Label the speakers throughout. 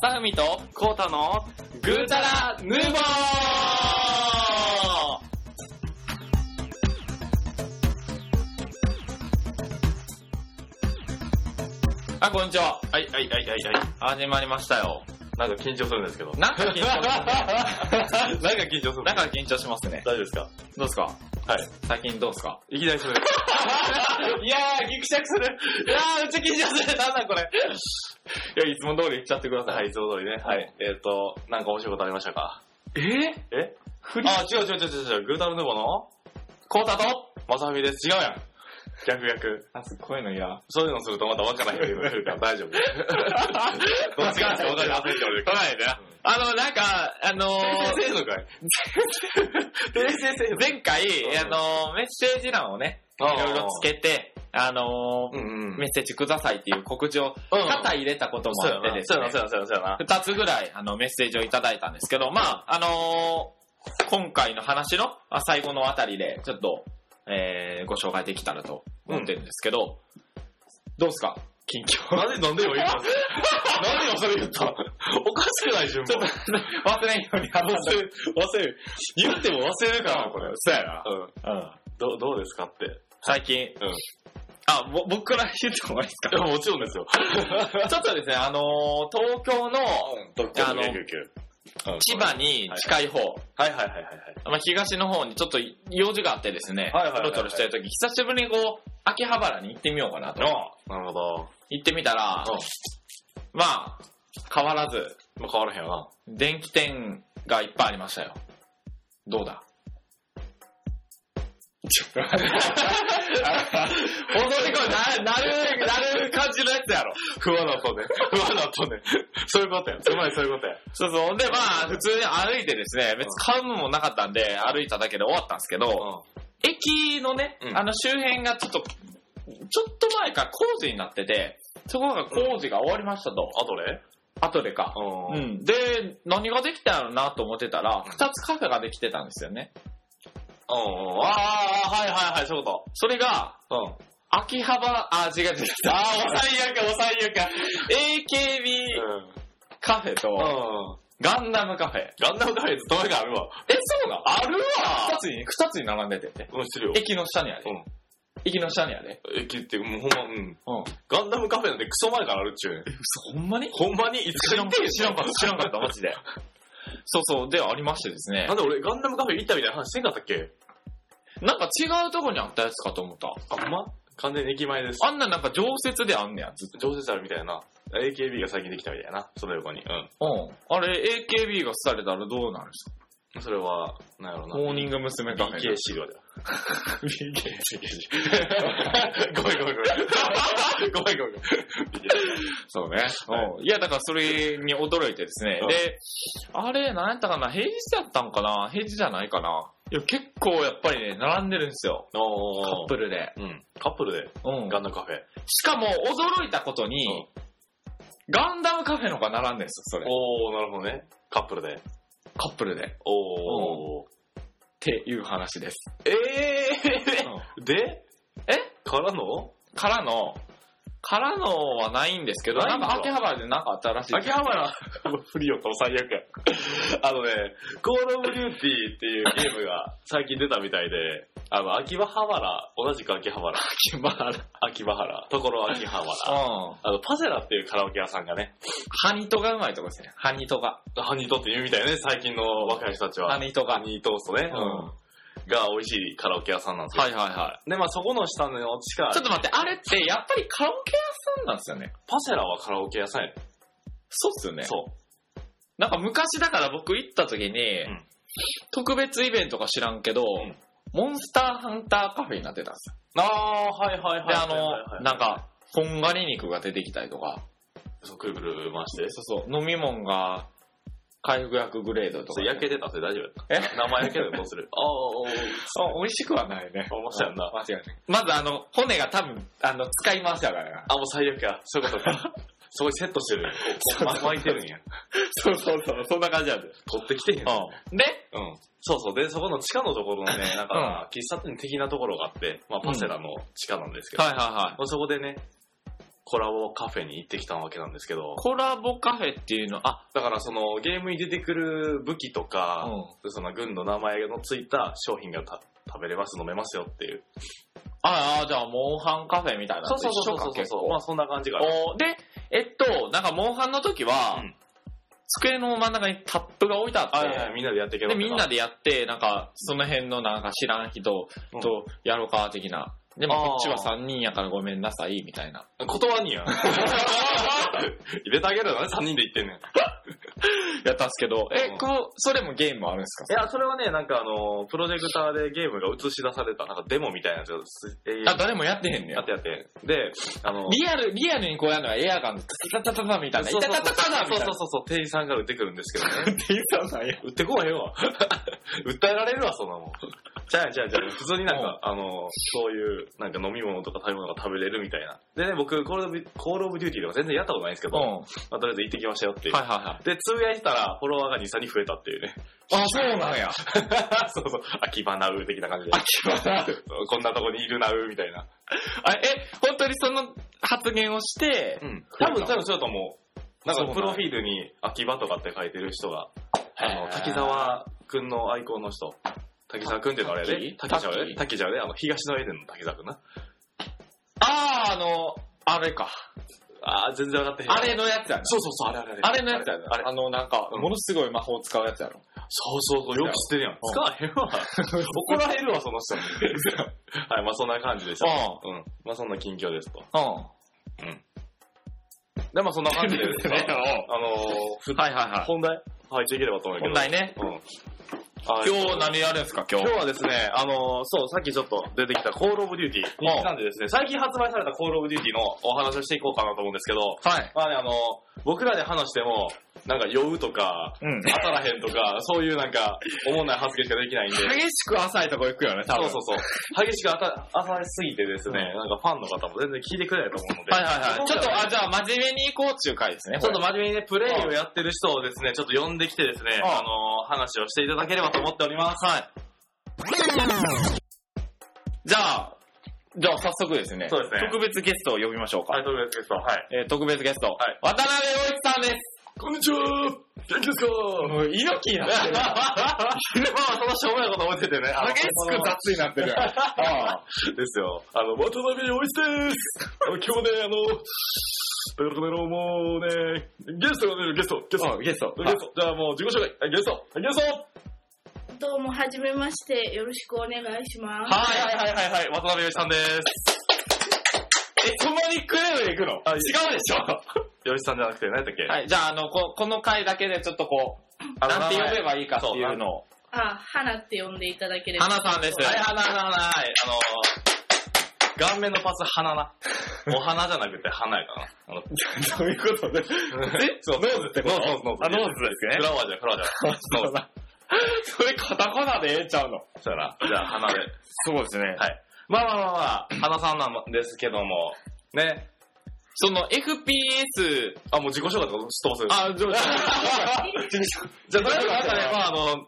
Speaker 1: タフミとコータのグータラヌーボーあ、こんにちは。
Speaker 2: はい、はい、はい、はい、はい。
Speaker 1: 始まりましたよ。
Speaker 2: なんか緊張するんですけど。
Speaker 1: なんか緊張しますね
Speaker 2: なんか緊張する。
Speaker 1: なんか緊張しますね。
Speaker 2: 大丈夫ですか
Speaker 1: どうですか
Speaker 2: はい。
Speaker 1: 最近どうですか
Speaker 2: いきなりそれ。
Speaker 1: いやー、ギクシャクする。いやー、うち緊張する。なんだこれ。
Speaker 2: いや、いつも通り行っちゃってください。はい、いつも通りね。はい。えっ、と、なんか面白いことありましたか
Speaker 1: え
Speaker 2: え
Speaker 1: フリー
Speaker 2: あ、違う違う違う違う。グータルヌーボーの
Speaker 1: コータと
Speaker 2: まさみです。違うやん。逆逆。
Speaker 1: あ、すごいの いや。
Speaker 2: そういうのするとまたわからへんようになるから 大丈夫。どっちかってわかりませんけ
Speaker 1: 来ないね。あの、なんか、あのー、
Speaker 2: 先生のかい
Speaker 1: 前回、あのー、メッセージ欄をね、い
Speaker 2: あー
Speaker 1: ろいろつけて、あのー、
Speaker 2: ん
Speaker 1: メッセージくださいっていう告知を肩入れたことも
Speaker 2: そう
Speaker 1: あ
Speaker 2: や
Speaker 1: って
Speaker 2: な。
Speaker 1: です
Speaker 2: そう
Speaker 1: ね
Speaker 2: やな、、そうやな、そうやなそうやな。
Speaker 1: 二つぐらいあのメッセージをいただいたんですけど、まあ、あのー今回の話のあ最後のあたりで、ちょっと、えー、ご紹介できたらと思ってるんですけど、どうですか近況。
Speaker 2: なんで、なんで今 言ったんですかなんで今それ言ったおかしくない順
Speaker 1: ちょっと
Speaker 2: 番。
Speaker 1: 忘れんように話
Speaker 2: 忘れ、忘れる。言っても忘れるからな、これ。
Speaker 1: そうやな。
Speaker 2: うん。
Speaker 1: うん。
Speaker 2: ど、どうですかって。
Speaker 1: 最近、
Speaker 2: うん
Speaker 1: あ、ぼ僕から言ってもらいいです
Speaker 2: い
Speaker 1: か
Speaker 2: や、もちろんですよ。
Speaker 1: ちょっとですね、あのー東京の
Speaker 2: ドッキ
Speaker 1: あの
Speaker 2: リ999。
Speaker 1: 千葉に近い方、
Speaker 2: はいはいはいはいはい。
Speaker 1: まあ、東の方にちょっと用事があってですね、
Speaker 2: はいはいは
Speaker 1: ト
Speaker 2: いはい
Speaker 1: ロトロしてる時、久しぶりにこう、秋葉原に行ってみようかなと。
Speaker 2: なるほど。
Speaker 1: 行ってみたら、
Speaker 2: う
Speaker 1: まあ、変わらず、
Speaker 2: ん。まあ、変わらへんよな。
Speaker 1: 電気店がいっぱいありましたよ。どうだ踊 り子な、なる、なる感じのやつやろ。
Speaker 2: 不安な 音ね。不安な音ね。そういうことや。つまりそういうことや。
Speaker 1: そうそう。ほんで、まあ、普通に歩いてですね、別に買うものもなかったんで、歩いただけで終わったんですけど、駅のね
Speaker 2: う、ん
Speaker 1: あの周辺がちょっと、ちょっと前から工事になってて、そこが工事が終わりましたと。
Speaker 2: あとね。
Speaker 1: 後でか。う
Speaker 2: うん。
Speaker 1: ん。で、何ができたんやろなと思ってたら、二つカフェができてたんですよね。
Speaker 2: ああ、はいはいはい、そういうこ
Speaker 1: それが、
Speaker 2: と。うん。
Speaker 1: 秋葉原、あ、違う違 う違う。あー、お最悪、お最悪。AKB カフェと、
Speaker 2: うん。
Speaker 1: ガンダムカフェ。え、
Speaker 2: ガンダムカレーズ、どれがあるわ。
Speaker 1: そうなの
Speaker 2: ある
Speaker 1: 二
Speaker 2: わ
Speaker 1: つに、二つに並んでてて。
Speaker 2: うん、知るよ。
Speaker 1: 駅の下にあれ。
Speaker 2: うん
Speaker 1: 駅の下にあれ。
Speaker 2: 駅って、もうほんま、うん。
Speaker 1: うん。
Speaker 2: ガンダムカフェなんてクソ前からあるっちゅうねん。
Speaker 1: ほんまに
Speaker 2: ほんまにいつ
Speaker 1: 知らん
Speaker 2: か行っ
Speaker 1: かっ
Speaker 2: て
Speaker 1: た、
Speaker 2: よ
Speaker 1: 知らんかった、知らんかった、マジで。そうそう、で、ありましてですね
Speaker 2: な。んで俺ガンダムカフェ行ったみたいな話してんかったっけ
Speaker 1: なんか違うとこにあったやつかと思った。
Speaker 2: あ、ほんま完全に駅前です。
Speaker 1: あんななんか常設であんねや、ずっと。
Speaker 2: 常設あるみたいやな。AKB が最近できたみたいやな。その横に。う
Speaker 1: うん。あれ、AKB が廃れたらどうなるんですか
Speaker 2: ん。それは、なんやろうな。
Speaker 1: モーニング娘。カフェ。
Speaker 2: BKC とかだよ。
Speaker 1: BKC
Speaker 2: ごめんごめんごめん。ごめんごめんごめん。
Speaker 1: そうね。うん。いや、だからそれに驚いてですね
Speaker 2: う。ん
Speaker 1: で、あれ、なんやったかな平日だったんかな平日じゃないかないや、結構やっぱりね、並んでるんですよ。
Speaker 2: おー。
Speaker 1: カップルで。
Speaker 2: ル。うん。カップルで
Speaker 1: うん
Speaker 2: ガンダムカフェ。
Speaker 1: しかも驚いたことに、ガンダムカフェの方が並んでるんですよ、それ。
Speaker 2: おー、なるほどね。カップルで。
Speaker 1: カップルで。っ
Speaker 2: おー。
Speaker 1: ていう話です。
Speaker 2: えーで
Speaker 1: え
Speaker 2: からの
Speaker 1: からの、からのはないんですけど、
Speaker 2: な
Speaker 1: ないん
Speaker 2: ん
Speaker 1: か
Speaker 2: か
Speaker 1: 秋葉原でなんかあったらしいです。
Speaker 2: 秋葉原、フリオと最悪や。あのね、コールオブデューティーっていうゲームが最近出たみたいで、あの、秋葉原、同じく秋葉原、
Speaker 1: 秋葉原。
Speaker 2: 秋葉原、ところ秋葉原。
Speaker 1: うん。
Speaker 2: あの、パセラっていうカラオケ屋さんがね、
Speaker 1: ハニトがうまいとこですね。ハニトが。
Speaker 2: ハニートって言うみたいよね、最近の若い人たちは。
Speaker 1: ハニトが。
Speaker 2: ハニートーストね、
Speaker 1: うん
Speaker 2: が美味しいカラオケ屋さんなんですよ。
Speaker 1: はいはいは
Speaker 2: で、まあそこの下の地下
Speaker 1: い。ちょ、っと待って、あれってやっぱりカラオケ屋さんなんですよね。
Speaker 2: パセラはカラオケ屋さんやね。
Speaker 1: そうっすよね。
Speaker 2: そう。
Speaker 1: なんか昔だから僕行った時に、
Speaker 2: ん
Speaker 1: 特別イベントか知らんけど、
Speaker 2: ん
Speaker 1: モンスターハンターカフェになってたんですよ
Speaker 2: ああ、はいはいはい。
Speaker 1: で、あ
Speaker 2: はいはいは
Speaker 1: の、
Speaker 2: い
Speaker 1: なん、か、こんがり肉が出てきたりとか、
Speaker 2: そうくるくる回して。
Speaker 1: そうそう、飲み物が回復薬グレードと
Speaker 2: そ
Speaker 1: か、
Speaker 2: う焼けてたって大丈夫
Speaker 1: え
Speaker 2: 名前焼けたらどうするああ、
Speaker 1: あ、美味しくはないね。
Speaker 2: 面白いな
Speaker 1: 間違いない。まず、あの、骨が多分、あの、使い回しだからな。
Speaker 2: あ、もう最悪や。そういうことか。そこにセットしてる。
Speaker 1: そう
Speaker 2: ま巻いてるんや。
Speaker 1: そうそうそう、そんな感じなんです。
Speaker 2: 取ってきてへん。うん。
Speaker 1: うん。で、
Speaker 2: そうそう。で、そこの地下のところのね、なん
Speaker 1: うん
Speaker 2: か、喫茶店的なところがあって、まあ、パセラの地下なんですけど、
Speaker 1: はいはいは
Speaker 2: まあそこでね、コラボカフェに行ってきたわけなんですけど、
Speaker 1: コラボカフェっていうの、あ、
Speaker 2: だからそのゲームに出てくる武器とか、その軍の名前のついた商品がた食べれます、飲めますよっていう。
Speaker 1: ああ、じゃあ、モンハンカフェみたいなのと一緒か結構
Speaker 2: まあそんな感じがある。
Speaker 1: おーで、えっと、なんか、モンハンの時は、
Speaker 2: うん
Speaker 1: 机の真ん中にタップが置いてあって、
Speaker 2: あいやいやみんなでやっていけば
Speaker 1: で、みんなでやって、なんか、その辺のなんか知らん人とやろうか、的な。でも、
Speaker 2: あー
Speaker 1: こっちは3人やからごめんなさい、みたいな。
Speaker 2: 断んにや。 入れてあげるのね、3人で行ってんねん。
Speaker 1: やったんですけど、
Speaker 2: う
Speaker 1: え、
Speaker 2: ん
Speaker 1: こう、それもゲームあるんです
Speaker 2: い
Speaker 1: か
Speaker 2: や、それはね、なんかあの、プロジェクターでゲームが映し出された、なんかデモみたいなやつが、すえー
Speaker 1: あ、誰もやってへんね
Speaker 2: や
Speaker 1: や
Speaker 2: って。やって。で、あの、
Speaker 1: リアル、リアルにこうやるのはエアガンで、タタタタタみたいな。
Speaker 2: そう
Speaker 1: い
Speaker 2: そ
Speaker 1: た
Speaker 2: う
Speaker 1: た
Speaker 2: そう
Speaker 1: たたたみたい
Speaker 2: そう
Speaker 1: な。
Speaker 2: そうそう、店員さんから打ってくるんですけどね。
Speaker 1: 店員さんなんや。
Speaker 2: 打ってこうへん わ。訴えられるわ、そんなもん。じゃあじゃあじゃあ、普通になんか、あの、そういう、なんか飲み物とか食べ物が食べれるみたいな。でね、僕、コールオブコールオブデューティーとか全然やったことないんですけ
Speaker 1: う
Speaker 2: ど、
Speaker 1: ん。
Speaker 2: ま
Speaker 1: は
Speaker 2: あ、とりあえず行ってきましたよって
Speaker 1: い
Speaker 2: いう。
Speaker 1: はいはい。
Speaker 2: で、つぶやいてたら、フォロワーが2、3人増えたっていうね。
Speaker 1: あ、そうなんや。
Speaker 2: そうそう、秋葉なう的な感じ で。
Speaker 1: 秋葉なう
Speaker 2: こんなとこにいるなうみたいな。
Speaker 1: あえ、本当にその発言をして、
Speaker 2: うん。多分、多分そうだと思う。なん
Speaker 1: そうな
Speaker 2: か
Speaker 1: ん、や
Speaker 2: プロフィールに秋葉とかって書いてる人が、あ
Speaker 1: へ
Speaker 2: の、
Speaker 1: ー
Speaker 2: 滝沢くんのアイコンの人。滝沢くんっていうのはあれやで
Speaker 1: 滝
Speaker 2: 滝ちゃうや
Speaker 1: 滝
Speaker 2: で滝ちゃうやであの、東のエデンの滝沢くんな。
Speaker 1: あー、あの、あれか。
Speaker 2: あー、全然上がってへん。
Speaker 1: あれのやつやな。
Speaker 2: そうそうそう、あれあれあれ。
Speaker 1: あれのやつや
Speaker 2: あれ
Speaker 1: な。あの、なんか、
Speaker 2: うん
Speaker 1: ものすごい魔法を使うやつやろ。
Speaker 2: そうそうそう、よく知ってるやん。
Speaker 1: うん
Speaker 2: 使わへんわ。怒られるわ、その人 に。はい、まあそんな感じでした。
Speaker 1: う
Speaker 2: うん。まあそんな近況ですと。
Speaker 1: ん。うん。。
Speaker 2: で、まあそんな感じでですね
Speaker 1: うん
Speaker 2: あのー、ふ
Speaker 1: はいはいはい。
Speaker 2: 本題入っていければと思うけ
Speaker 1: 本
Speaker 2: ど。
Speaker 1: 題ね。
Speaker 2: うん。
Speaker 1: 今日何やるんですか、今
Speaker 2: 今
Speaker 1: 日。
Speaker 2: 日はですね、あのーそう、さっきちょっと出てきたコールオブデューティーにちなんでですね、最近発売されたコールオブデューティーのお話をしていこうかなと思うんですけど、
Speaker 1: はい。
Speaker 2: まあね、あのー僕らで話しても、なんか酔うとか、
Speaker 1: うん。
Speaker 2: 当たらへんとか、 そういうなんか、おもんない発言しかできないんで、
Speaker 1: 激しく浅いとこ行くよね、多
Speaker 2: そう
Speaker 1: 分。
Speaker 2: そうそう、激しく当た当たりすぎてですね、なんかファンの方も全然聞いてくれないと思うので、
Speaker 1: はいはいはい。ちょっと、あ、じ
Speaker 2: ゃ
Speaker 1: ゃあ、真面目に行こうっていう回ですね。
Speaker 2: ちょっと
Speaker 1: こ
Speaker 2: 真面目にね、プレイをやってる人をですね、ちょっと呼んできてですね、
Speaker 1: うん
Speaker 2: あのー話をしていただければと思っております。
Speaker 1: れはい。じゃあ、じゃあ早速ですね。
Speaker 2: そうですね
Speaker 1: 特別ゲストを呼びましょうか。
Speaker 2: はい、ということで、はい。
Speaker 1: えー特別ゲスト、
Speaker 2: い
Speaker 1: 渡辺陽一さんです。
Speaker 2: こんにちは元気ですか
Speaker 1: もう、猪木にな
Speaker 2: まあ、そのしょうもないこと思っててね。あの
Speaker 1: 激しく雑になってるやん。あ
Speaker 2: ですよ。あの、渡辺陽一です。あの今日ね、あの、ペロペロもうね、ゲストが出る、ゲスト、 ゲス
Speaker 1: あ
Speaker 2: ト。
Speaker 1: うんゲスト。
Speaker 2: ゲスト。じゃあもう自己紹介。はいゲスト。はいゲスト
Speaker 3: どうも、はじめまして。よろしくお願いします。
Speaker 1: はいはいはいはいはい。
Speaker 2: 渡辺陽一さんです。
Speaker 1: え、共にクレーで行くの
Speaker 2: あい
Speaker 1: 違うでし ょ
Speaker 2: 陽一さんじゃなくて、何やったっけ
Speaker 1: はい、じゃあ、あの、ここの回だけでちょっとこう、
Speaker 2: あの
Speaker 1: なんて呼べばいいかっていうのを。
Speaker 3: あ、花って呼んでいただければ。
Speaker 1: 花さんです。
Speaker 2: はい、花、花、花、はい。あの顔面のパス、花な。お花じゃなくて、花やからな。あ の、
Speaker 1: どういうことでえそう、ノーズってこと
Speaker 2: ノーズノー ズ
Speaker 1: あ、ノーズですね
Speaker 2: フ。ラワーじゃ、フラワーじゃ。ノー ズ。
Speaker 1: それカタカナでええんちゃうの
Speaker 2: そうやな。じゃあ、花で。
Speaker 1: そうですね
Speaker 2: はい。まあまあまあまあ、花さんなんですけども、ね。
Speaker 1: その FPS、
Speaker 2: あ、もう自己紹介とかすっ飛ばす。
Speaker 1: あ、じゃあ、
Speaker 2: じゃあ、とりあえずなんかね、まああの、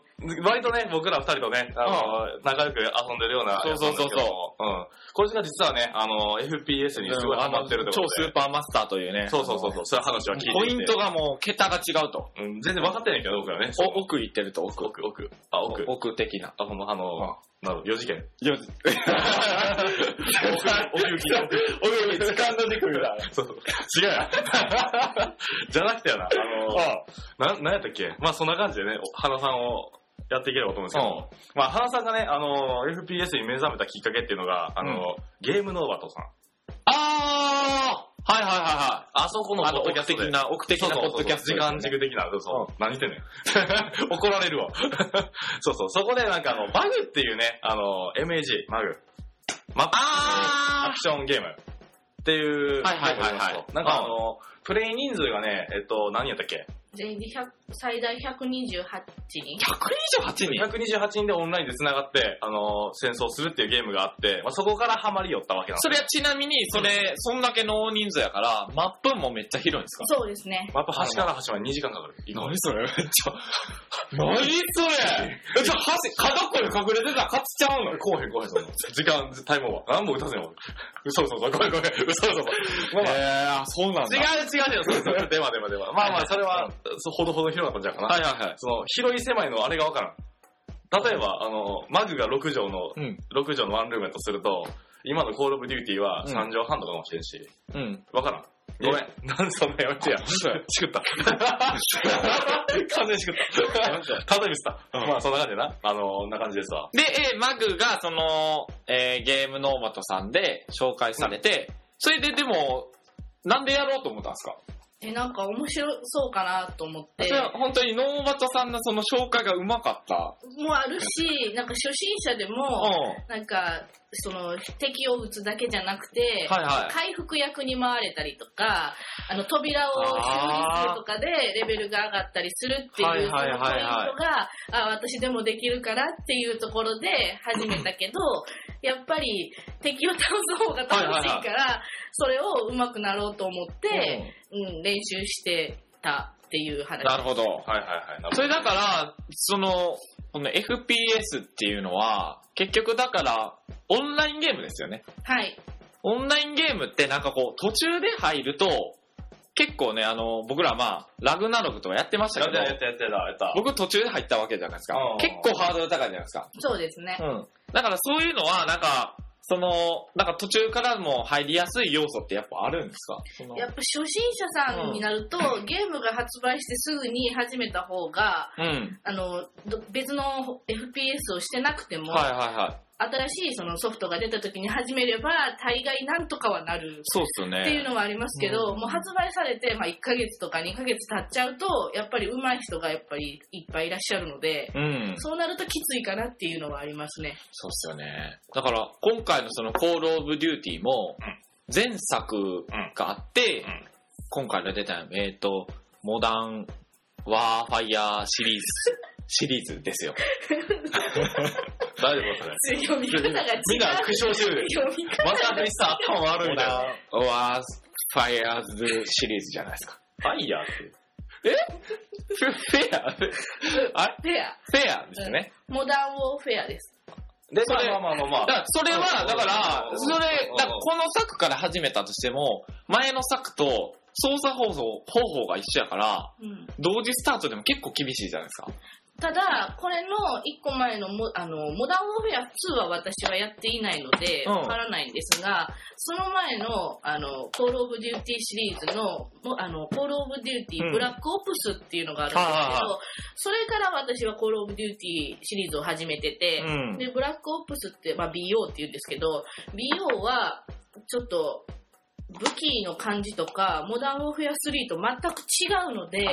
Speaker 2: 割とね、僕ら二人とね、あの、仲良く遊んでるような。
Speaker 1: そうそうそうそう
Speaker 2: う。うん。これが実はね、あの、FPS にすごいハマってるって
Speaker 1: 超
Speaker 2: こ
Speaker 1: ス
Speaker 2: と
Speaker 1: ー
Speaker 2: で。
Speaker 1: パーマスターというね。
Speaker 2: そうそうそうそう、そういう話は聞いていて。
Speaker 1: ポイントがもう桁が違うと。
Speaker 2: うん、全然分かってないけど、僕らね。
Speaker 1: お奥行ってると奥。
Speaker 2: 奥、奥。あ、奥。
Speaker 1: 奥的な。
Speaker 2: あ、ほんま、あの、なるほど、4次元。
Speaker 1: よし。
Speaker 2: 奥行き、奥行き。
Speaker 1: 奥行き、掴んだでくるな。
Speaker 2: そうそう。違うやん じゃなくてやな、あの、な、なんやったっけまあそんな感じでね、お花さんをやっていければと思うんですけど、まあ花さんがね、あの、FPS に目覚めたきっかけっていうのが、あの、ゲームノーバトさん。
Speaker 1: あーはいはいはいはい。
Speaker 2: あそこの
Speaker 1: あの、奥
Speaker 2: で
Speaker 1: 的な、奥的
Speaker 2: そう
Speaker 1: な
Speaker 2: そう
Speaker 1: ポ
Speaker 2: そう
Speaker 1: ッドキャスト
Speaker 2: 時
Speaker 1: ですね。
Speaker 2: 間軸的な、そうそう。何言ってんねん。 怒られるわ。 そうそう。そこでなんかあの、バグっていうね、あの、MAG、マグ。マップア
Speaker 1: あ
Speaker 2: クションゲームっていう。
Speaker 1: はいはいはいはい
Speaker 2: なんかあの、プレイ人数がね、えっと、何やったっけ
Speaker 3: 全員で100最大128人。
Speaker 1: 128人。
Speaker 2: 128人でオンラインで繋がって、あのー戦争するっていうゲームがあって、まあ、そこからハマり寄ったわけなんで
Speaker 1: そ
Speaker 2: す
Speaker 1: れはちなみに、それ、そんだけの大人数やから、マップもめっちゃ広いんですか
Speaker 3: そうですね。
Speaker 2: まあやっぱ端から端まで2時間かかる。
Speaker 1: それめっ ちゃ。何それえ、ちょ、はし、片っぽで隠れてたら勝ちちゃうの
Speaker 2: こうへんこうへん、そんな。時間、タイムオーバー。何も打たせんわ。嘘嘘嘘、ごめんごめん。嘘嘘嘘。まあまあ、
Speaker 1: えー、あそうなん
Speaker 2: 違う違う違う、そうそう。でまでまでま。まあまあ、それは、そうほどほど広かったんじゃうかな。
Speaker 1: はいはいはい。
Speaker 2: その、広い狭いのあれがわからん。例えば、あの、マグが6畳の、
Speaker 1: うん。
Speaker 2: 6畳のワンルームやとすると、今のコールオブデューティー
Speaker 1: う
Speaker 2: は
Speaker 1: ん
Speaker 2: 3畳半とかもしてるし、
Speaker 1: うん。
Speaker 2: わからん。ごめん。なんでそんなやめてや。しくった。完全にしくった。例えミスった。
Speaker 1: うん
Speaker 2: まあそんな感じでな。あの、んな感じですわ。
Speaker 1: で、えーマグが、その、えーゲームノーマトさんで紹介されて、それででも、なんでやろうと思ったんですか
Speaker 3: え、なんか面白そうかなと思って
Speaker 1: そ。れは本当にノーマトさんのその紹介がうまかった。
Speaker 3: もうあるし、なんか初心者で
Speaker 1: うん。
Speaker 3: も、なんか、その、敵を撃つだけじゃなくて、
Speaker 1: はいはい
Speaker 3: 回復役に回れたりとか、あの、扉を修理するとかでレベルが上がったりするっていう、
Speaker 1: はいはいはいはい
Speaker 3: そのポイントが、あ、私でもできるからっていうところで始めたけ ど、やっぱり敵を倒す方が楽しいから、
Speaker 1: はい
Speaker 3: それを上手くなろうと思っ
Speaker 1: うん
Speaker 3: て、うん、練習してたっていう話。
Speaker 1: なるほど。
Speaker 2: はいはいはい。
Speaker 1: それだから、その、この FPS っていうのは、結局だから、オンラインゲームですよね。
Speaker 3: はい。
Speaker 1: オンラインゲームってなんかこう、途中で入ると、結構ね、あの、僕らまあ、ラグナログとかやってました
Speaker 2: やっ
Speaker 1: け
Speaker 2: た
Speaker 1: ど、
Speaker 2: やったやったやった。
Speaker 1: 僕途中で入ったわけじゃないですか
Speaker 2: うん。
Speaker 1: 結構ハードル高いじゃないですか。
Speaker 3: そうですね。
Speaker 1: うん。だからそういうのは、なんか、その、なんか途中からも入りやすい要素ってやっぱあるんですかその
Speaker 3: やっぱ初心者さんになると、ゲームが発売してすぐに始めた方が、
Speaker 1: うん。
Speaker 3: あの、ど別の FPS をしてなくても、
Speaker 1: はいはいはい。
Speaker 3: 新しいそのソフトが出た時に始めれば、大概なんとかはなる。
Speaker 1: そうっすよね。
Speaker 3: っていうのはありますけど、
Speaker 1: うん
Speaker 3: もう発売されて、まあ、1ヶ月とか2ヶ月経っちゃうと、やっぱり上手い人がやっぱりいっぱいいらっしゃるので、
Speaker 1: うん。
Speaker 3: そうなるときついかなっていうのはありま すね。
Speaker 1: そうっすよね。だから、今回のその、コールオブデューティーも
Speaker 2: うん、
Speaker 1: 前作があって、
Speaker 2: うん
Speaker 1: 今回の出た、えっ、と、モダンワーファイヤーシリーズ、 シリーズですよ。
Speaker 2: 大丈夫それ。
Speaker 3: 読み方が違う。
Speaker 2: みんな苦笑してるで。
Speaker 3: 読み
Speaker 2: またでさ、頭悪い
Speaker 1: モ
Speaker 2: みたいな。
Speaker 1: ダンワーファイヤーズシリーズじゃないですか。
Speaker 2: ファイヤーって。
Speaker 1: フ フェアあれ
Speaker 3: フェア。
Speaker 1: フェアですね。
Speaker 3: モダンウォーフェアです。
Speaker 2: で、
Speaker 1: それ
Speaker 2: まあまあまあま
Speaker 1: だ
Speaker 2: あま
Speaker 1: か
Speaker 2: あ。
Speaker 1: ら、それは、だから、それ、だからこの作から始めたとしても、前の作と操作方法方法が一緒やから、
Speaker 3: うん
Speaker 1: 同時スタートでも結構厳しいじゃないですか。
Speaker 3: ただ、これの1個前のモあのモダンウォーフェア2は私はやっていないので、
Speaker 1: うん
Speaker 3: わからないんですが、その前のあのコール・オブ・デューティーシリーズのもあのコール・オブ・デューティ
Speaker 1: うん
Speaker 3: ー・ブラック・オプスっていうのがあるんですけど、
Speaker 1: はいはいは
Speaker 3: それから私はコール・オブ・デューティーシリーズを始めてて、
Speaker 1: うん
Speaker 3: でブラック・オプスって、まあ、BO って言うんですけど、BO はちょっと武器の感じとか、モダンウォーフェア3と全く違うので、
Speaker 1: うんや。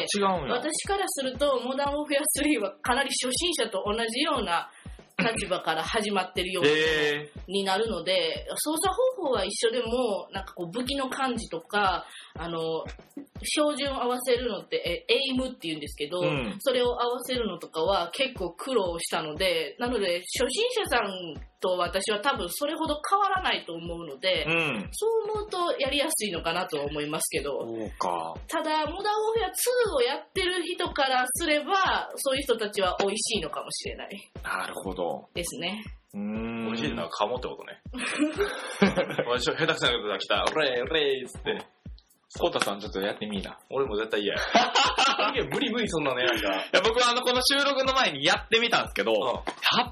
Speaker 3: 私からすると、モダンウォーフェア3はかなり初心者と同じような立場から始まってるよう
Speaker 2: え
Speaker 3: になるので、操作方法は一緒でも、なんかこう武器の感じとか、あの、標準を合わせるのって、えエイムって言うんですけど、
Speaker 1: うん
Speaker 3: それを合わせるのとかは結構苦労したので、なので初心者さんと私は多分それほど変わらないと思うので、
Speaker 1: うん。
Speaker 3: そう思うとやりやすいのかなとは思いますけど。
Speaker 1: そうか。
Speaker 3: ただ、モダンオフェア2をやってる人からすれば、そういう人たちは美味しいのかもしれない
Speaker 1: なるほど。
Speaker 3: ですね。
Speaker 1: う
Speaker 2: ー。
Speaker 1: ん。
Speaker 2: 美味しいのはカモってこと ね。私は下手くそなことが来た。オレーオレーっつって。
Speaker 1: コウタさんちょっとやってみいな。
Speaker 2: 俺も絶対 嫌や。いや無理無理そんなね、なんか。
Speaker 1: いや、僕はあの、この収録の前にやってみたんですけど、やっ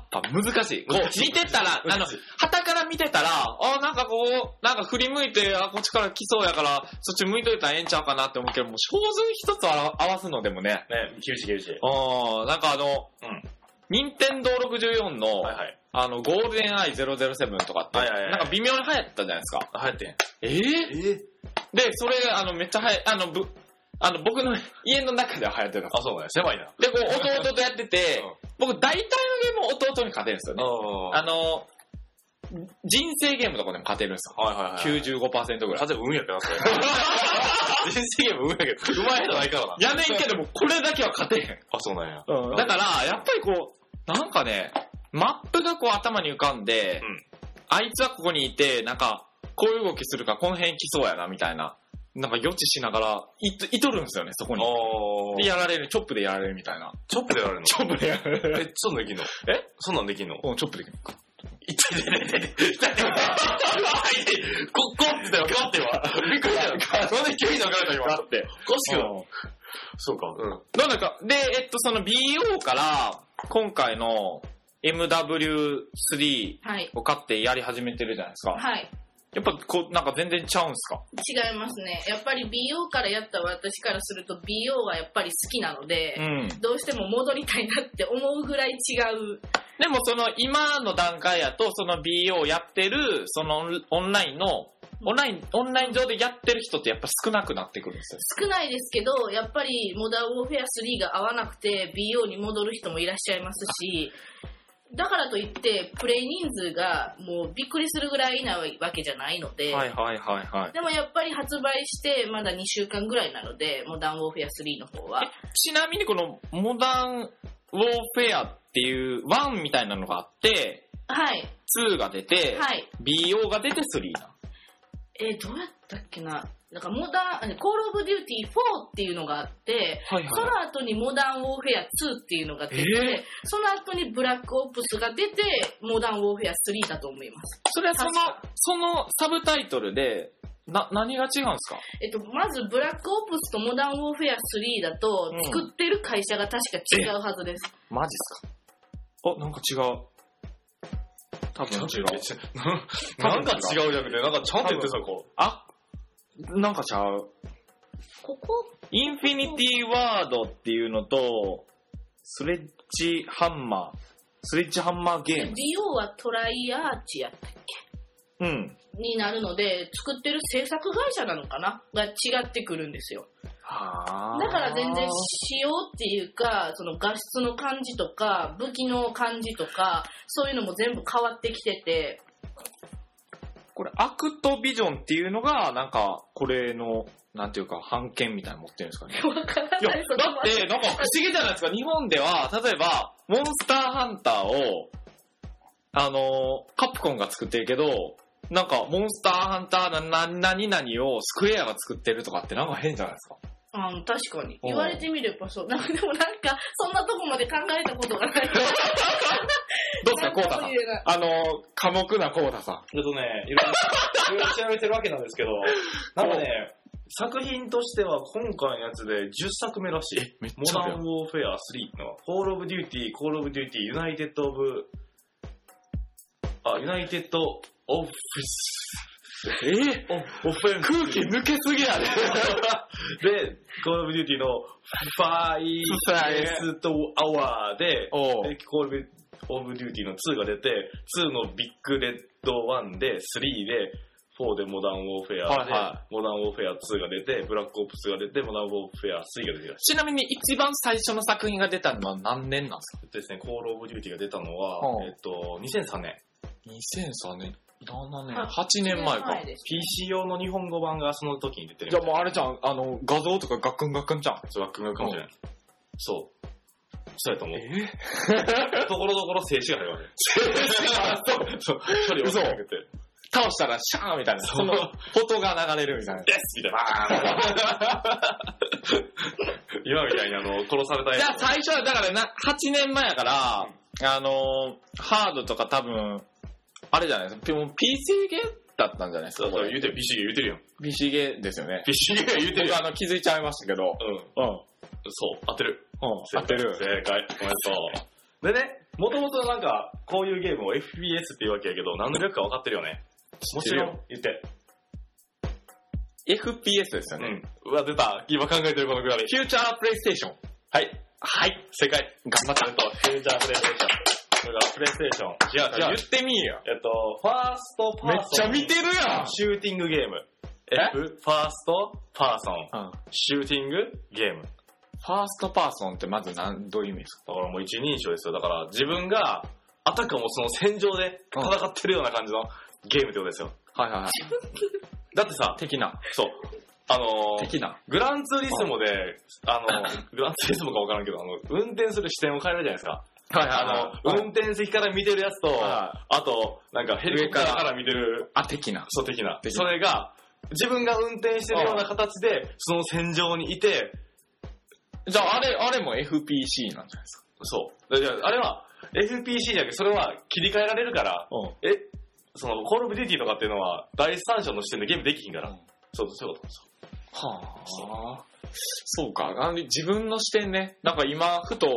Speaker 1: ぱ難しい。こう、
Speaker 2: 難しい
Speaker 1: 見てたら、あの、旗から見てたら、あなんかこう、なんか振り向いて、あ、こっちから来そうやから、そっち向いといたらええんちゃうかなって思うけど、もう、標準一つあら合わすのでもね、
Speaker 2: ね、厳しい厳しい。
Speaker 1: うん、なんかあの、
Speaker 2: うん
Speaker 1: 任天堂64の、
Speaker 2: はいはい。
Speaker 1: あの、ゴールデンアイ007とかって、
Speaker 2: はいはいはい
Speaker 1: なんか微妙に流行ったじゃないですか。
Speaker 2: 流行ってん。
Speaker 1: ええ
Speaker 2: え
Speaker 1: で、それ、あの、めっちゃ流行、あの、ぶ、あの、僕の 家の中では流行ってたんで
Speaker 2: あ、そうね。狭いな。
Speaker 1: す。で、こう、弟とやってて、僕、大体のゲームを弟に勝てるんですよね。
Speaker 2: あ
Speaker 1: あの、人生ゲームとかでも勝てるんですよ。
Speaker 2: はいはいはい。
Speaker 1: 95%ぐらい。
Speaker 2: 風運やけどな、 それ。人生ゲーム運やけ ど。うまい人ないからな。
Speaker 1: やねんけども、これだけは勝てへん。
Speaker 2: あ、そうなんや。
Speaker 1: うんだから、やっぱりこう、なんかね、マップがこう頭に浮かんで、
Speaker 2: うん
Speaker 1: あいつはここにいて、なんか、こういう動きするから、この辺来そうやな、みたいな。なんか予知しながら、いと、いとるんですよね、そこに。
Speaker 2: お
Speaker 1: で、やられる、チョップでやられるみたいな。
Speaker 2: チョップでやられるの
Speaker 1: チョップでやられ る。
Speaker 2: え、そんなんできんのえそんなんできんの
Speaker 1: うんチョップで。
Speaker 2: 痛い痛い痛い痛い痛い痛いこ、こってたよ、こっては。びっくりしたよ。なんで急に流れた今。だって。こしくそうか。うん。
Speaker 1: どうなんか、で、えっと、その BO から、今回の MW3
Speaker 3: はい。
Speaker 1: を買ってやり始めてるじゃないですか。
Speaker 3: はい。
Speaker 1: やっぱ、こう、なんか全然ちゃうんすか
Speaker 3: 違いますね。やっぱり BO からやった私からすると BO がやっぱり好きなので、
Speaker 1: ん。
Speaker 3: どうしても戻りたいなって思うぐらい違う。
Speaker 1: でもその今の段階やと、その BO やってる、そのオンラインの、オンライン、オンライン上でやってる人ってやっぱ少なくなってくるんですよ。
Speaker 3: 少ないですけど、やっぱりモダンウォーフェア3が合わなくて BO に戻る人もいらっしゃいますし、だからといってプレイ人数がもうびっくりするぐらいいないわけじゃないので、
Speaker 1: いはいはいはい。
Speaker 3: でもやっぱり発売してまだ2週間ぐらいなので、モダンウォーフェア3の方は。
Speaker 1: ちなみにこのモダンウォーフェアっていう1みたいなのがあって、
Speaker 3: はい。
Speaker 1: 2が出て、
Speaker 3: はい。
Speaker 1: BO が出て3な。
Speaker 3: えーどうやったっけななんかモダン、えコールオブデューティー4っていうのがあって、
Speaker 1: はい
Speaker 3: その後にモダンウォーフェア2っていうのが出て、
Speaker 1: え
Speaker 3: その後にブラックオプスが出て、モダンウォーフェア3だと思います。
Speaker 1: それはその
Speaker 3: 確か、
Speaker 1: そのサブタイトルで、な、何が違うんですか
Speaker 3: えっと、まずブラックオプスとモダンウォーフェア3だと
Speaker 1: うん、
Speaker 3: 作ってる会社が確か違うはずです。
Speaker 1: マジっすかあ、なんか違う。多分違う。
Speaker 2: なんか違うじゃなくて、なんかちゃんと言ってさ、こう。
Speaker 1: あ、なんかちゃう。
Speaker 3: ここ、
Speaker 1: インフィニティワードっていうのと、スレッジハンマー、スレッジハンマーゲーム。
Speaker 3: DO はトライアーチやったっ
Speaker 1: うん。
Speaker 3: けになるので、作ってる制作会社なのかなが違ってくるんですよ。だから全然仕様っていうか、その画質の感じとか、武器の感じとか、そういうのも全部変わってきてて、
Speaker 1: これ、アクトビジョンっていうのが、なんか、これの、なんていうか、版権みたいなの持ってるんですかね。
Speaker 3: わから
Speaker 1: いや、
Speaker 3: な
Speaker 1: だ
Speaker 3: い その
Speaker 1: っ
Speaker 3: ま
Speaker 1: て、なんか不思議じゃないですか。日本では、例えば、モンスターハンターを、あのー、カプコンが作ってるけど、なんか、モンスターハンターな、な、何々をスクエアが作ってるとかってなんか変じゃないですか。
Speaker 3: あの確かに。
Speaker 1: うん
Speaker 3: 言われてみればそう。なんかでもなんか、そんなとこまで考えたこと がない。
Speaker 1: どうですか、コ
Speaker 3: な
Speaker 1: ウタ
Speaker 3: んと
Speaker 1: さ
Speaker 3: も
Speaker 1: ん。
Speaker 3: 言えない
Speaker 1: あのー、寡黙なコウタさ
Speaker 2: えっとね、いろいろ調べてるわけなんですけど、なんかね、作品としては今回のやつで10作目らし
Speaker 1: ん。
Speaker 2: い。
Speaker 1: めっ
Speaker 2: モダンウォーフェア3の、ホールオブデューティー、コールオブデューティー、ユナイテッドオブ、あ、ユナイテッドオフィス、
Speaker 1: えー
Speaker 2: オフェンス。
Speaker 1: 空 気抜けすぎやで。
Speaker 2: で、コールオブデューティーの、ファイエストアワーで、
Speaker 1: お
Speaker 2: でコールオブデューティーの2が出て、2のビッグレッド1で、3で、4でモダンウォーフェアで、
Speaker 1: はいは
Speaker 2: モダンウォーフェア2が出て、ブラックオプスが出て、モダンウォーフェア3が出てきまし
Speaker 1: ちなみに一番最初の作品が出たのは何年なんですか
Speaker 2: た。ですね、コールオブデューティーが出たの
Speaker 1: うん
Speaker 2: は、えっと、2003年。
Speaker 1: ?2003 年、7年、
Speaker 3: あ
Speaker 1: 8年前か。
Speaker 3: です
Speaker 2: PC 用の日本語版がその時に出てる
Speaker 1: じゃあもうあれじゃん、あの、画像とかガクンガクンじゃん。
Speaker 2: そう、バックがかもしれない。そう。そうやと思う。
Speaker 1: え
Speaker 2: ところどころ静止画だよね。そう、処理を
Speaker 1: 嘘
Speaker 2: なくて。
Speaker 1: 倒したらシャーみたいな、
Speaker 2: そ
Speaker 1: そ
Speaker 2: う
Speaker 1: の、フォトが流れるみ たいな。
Speaker 2: ですみたいな。今みたいにあの、殺された
Speaker 1: じ
Speaker 2: や
Speaker 1: ゃあ最初は、だからな、8年前やから、あのー、ハードとか多分、あれじゃないですか、もう PC ゲーだったんじゃないで
Speaker 2: つ。
Speaker 1: す
Speaker 2: そう
Speaker 1: か、こ
Speaker 2: そう、
Speaker 1: れ
Speaker 2: 言うてる、ビシゲ言うてるやん。
Speaker 1: PC ゲーですよね。
Speaker 2: ビシゲ言うて
Speaker 1: 僕
Speaker 2: るやん。
Speaker 1: あの、気づいちゃいましたけど、
Speaker 2: うん。
Speaker 1: うん、うん、
Speaker 2: そう、当てる。
Speaker 1: 合ってる。
Speaker 2: 正解。おめでとう。でね、もともとなんか、こういうゲームを FPS って言うわけやけど、何の略か分かってるよね。もちろん、言って。
Speaker 1: FPS ですよ
Speaker 2: う
Speaker 1: ね。
Speaker 2: ん。うわ、出た。今考えてるこのくだり。
Speaker 1: フューチャープレイステーション。
Speaker 2: はい。はい。正解。
Speaker 1: 頑張った
Speaker 2: えっと、フューチャープレイステーション。それから、プレイステーション。違う違う
Speaker 1: 言。ってみーや。
Speaker 2: えっと、ファーストパーソン。
Speaker 1: めっちゃ見てるやん
Speaker 2: シューティングゲーム。
Speaker 1: え
Speaker 2: F、ファースト、パーソン。
Speaker 1: うん。フ
Speaker 2: シューティング、ゲーム。
Speaker 1: ァーストパーソンってまず何、どういう意味ですか
Speaker 2: だからもう一人称ですよ。だから自分があたかもその戦場で戦ってるような感じのゲームってことですよ。
Speaker 1: はいはいはい。
Speaker 2: だってさ、
Speaker 1: 的な。
Speaker 2: そう。あのー
Speaker 1: 的な。
Speaker 2: グランツーリスモで、あの、グランツーリスモかわからんけど、あの、運転する視点を変えるじゃないですか。
Speaker 1: はいはい
Speaker 2: あ
Speaker 1: はい。
Speaker 2: の、
Speaker 1: うん
Speaker 2: 運転席から見てるやつと、
Speaker 1: は
Speaker 2: あと、なんかヘリコプターから見てる、
Speaker 1: あ、的な。
Speaker 2: そう的な。
Speaker 1: 的な
Speaker 2: それが、自分が運転してるような形で、その戦場にいて、
Speaker 1: じゃあ、あれ、あれも FPC なんじゃないですか。
Speaker 2: そう。だからあれは、FPC じゃなくて、それは切り替えられるから、
Speaker 1: うん。
Speaker 2: え、その、コールオブデューティーとかっていうのは、第三者の視点でゲームできひんから。
Speaker 1: うん
Speaker 2: そう、そういうこと。そ
Speaker 1: はあ。そうか。あの自分の視点ね。なんか今、ふと、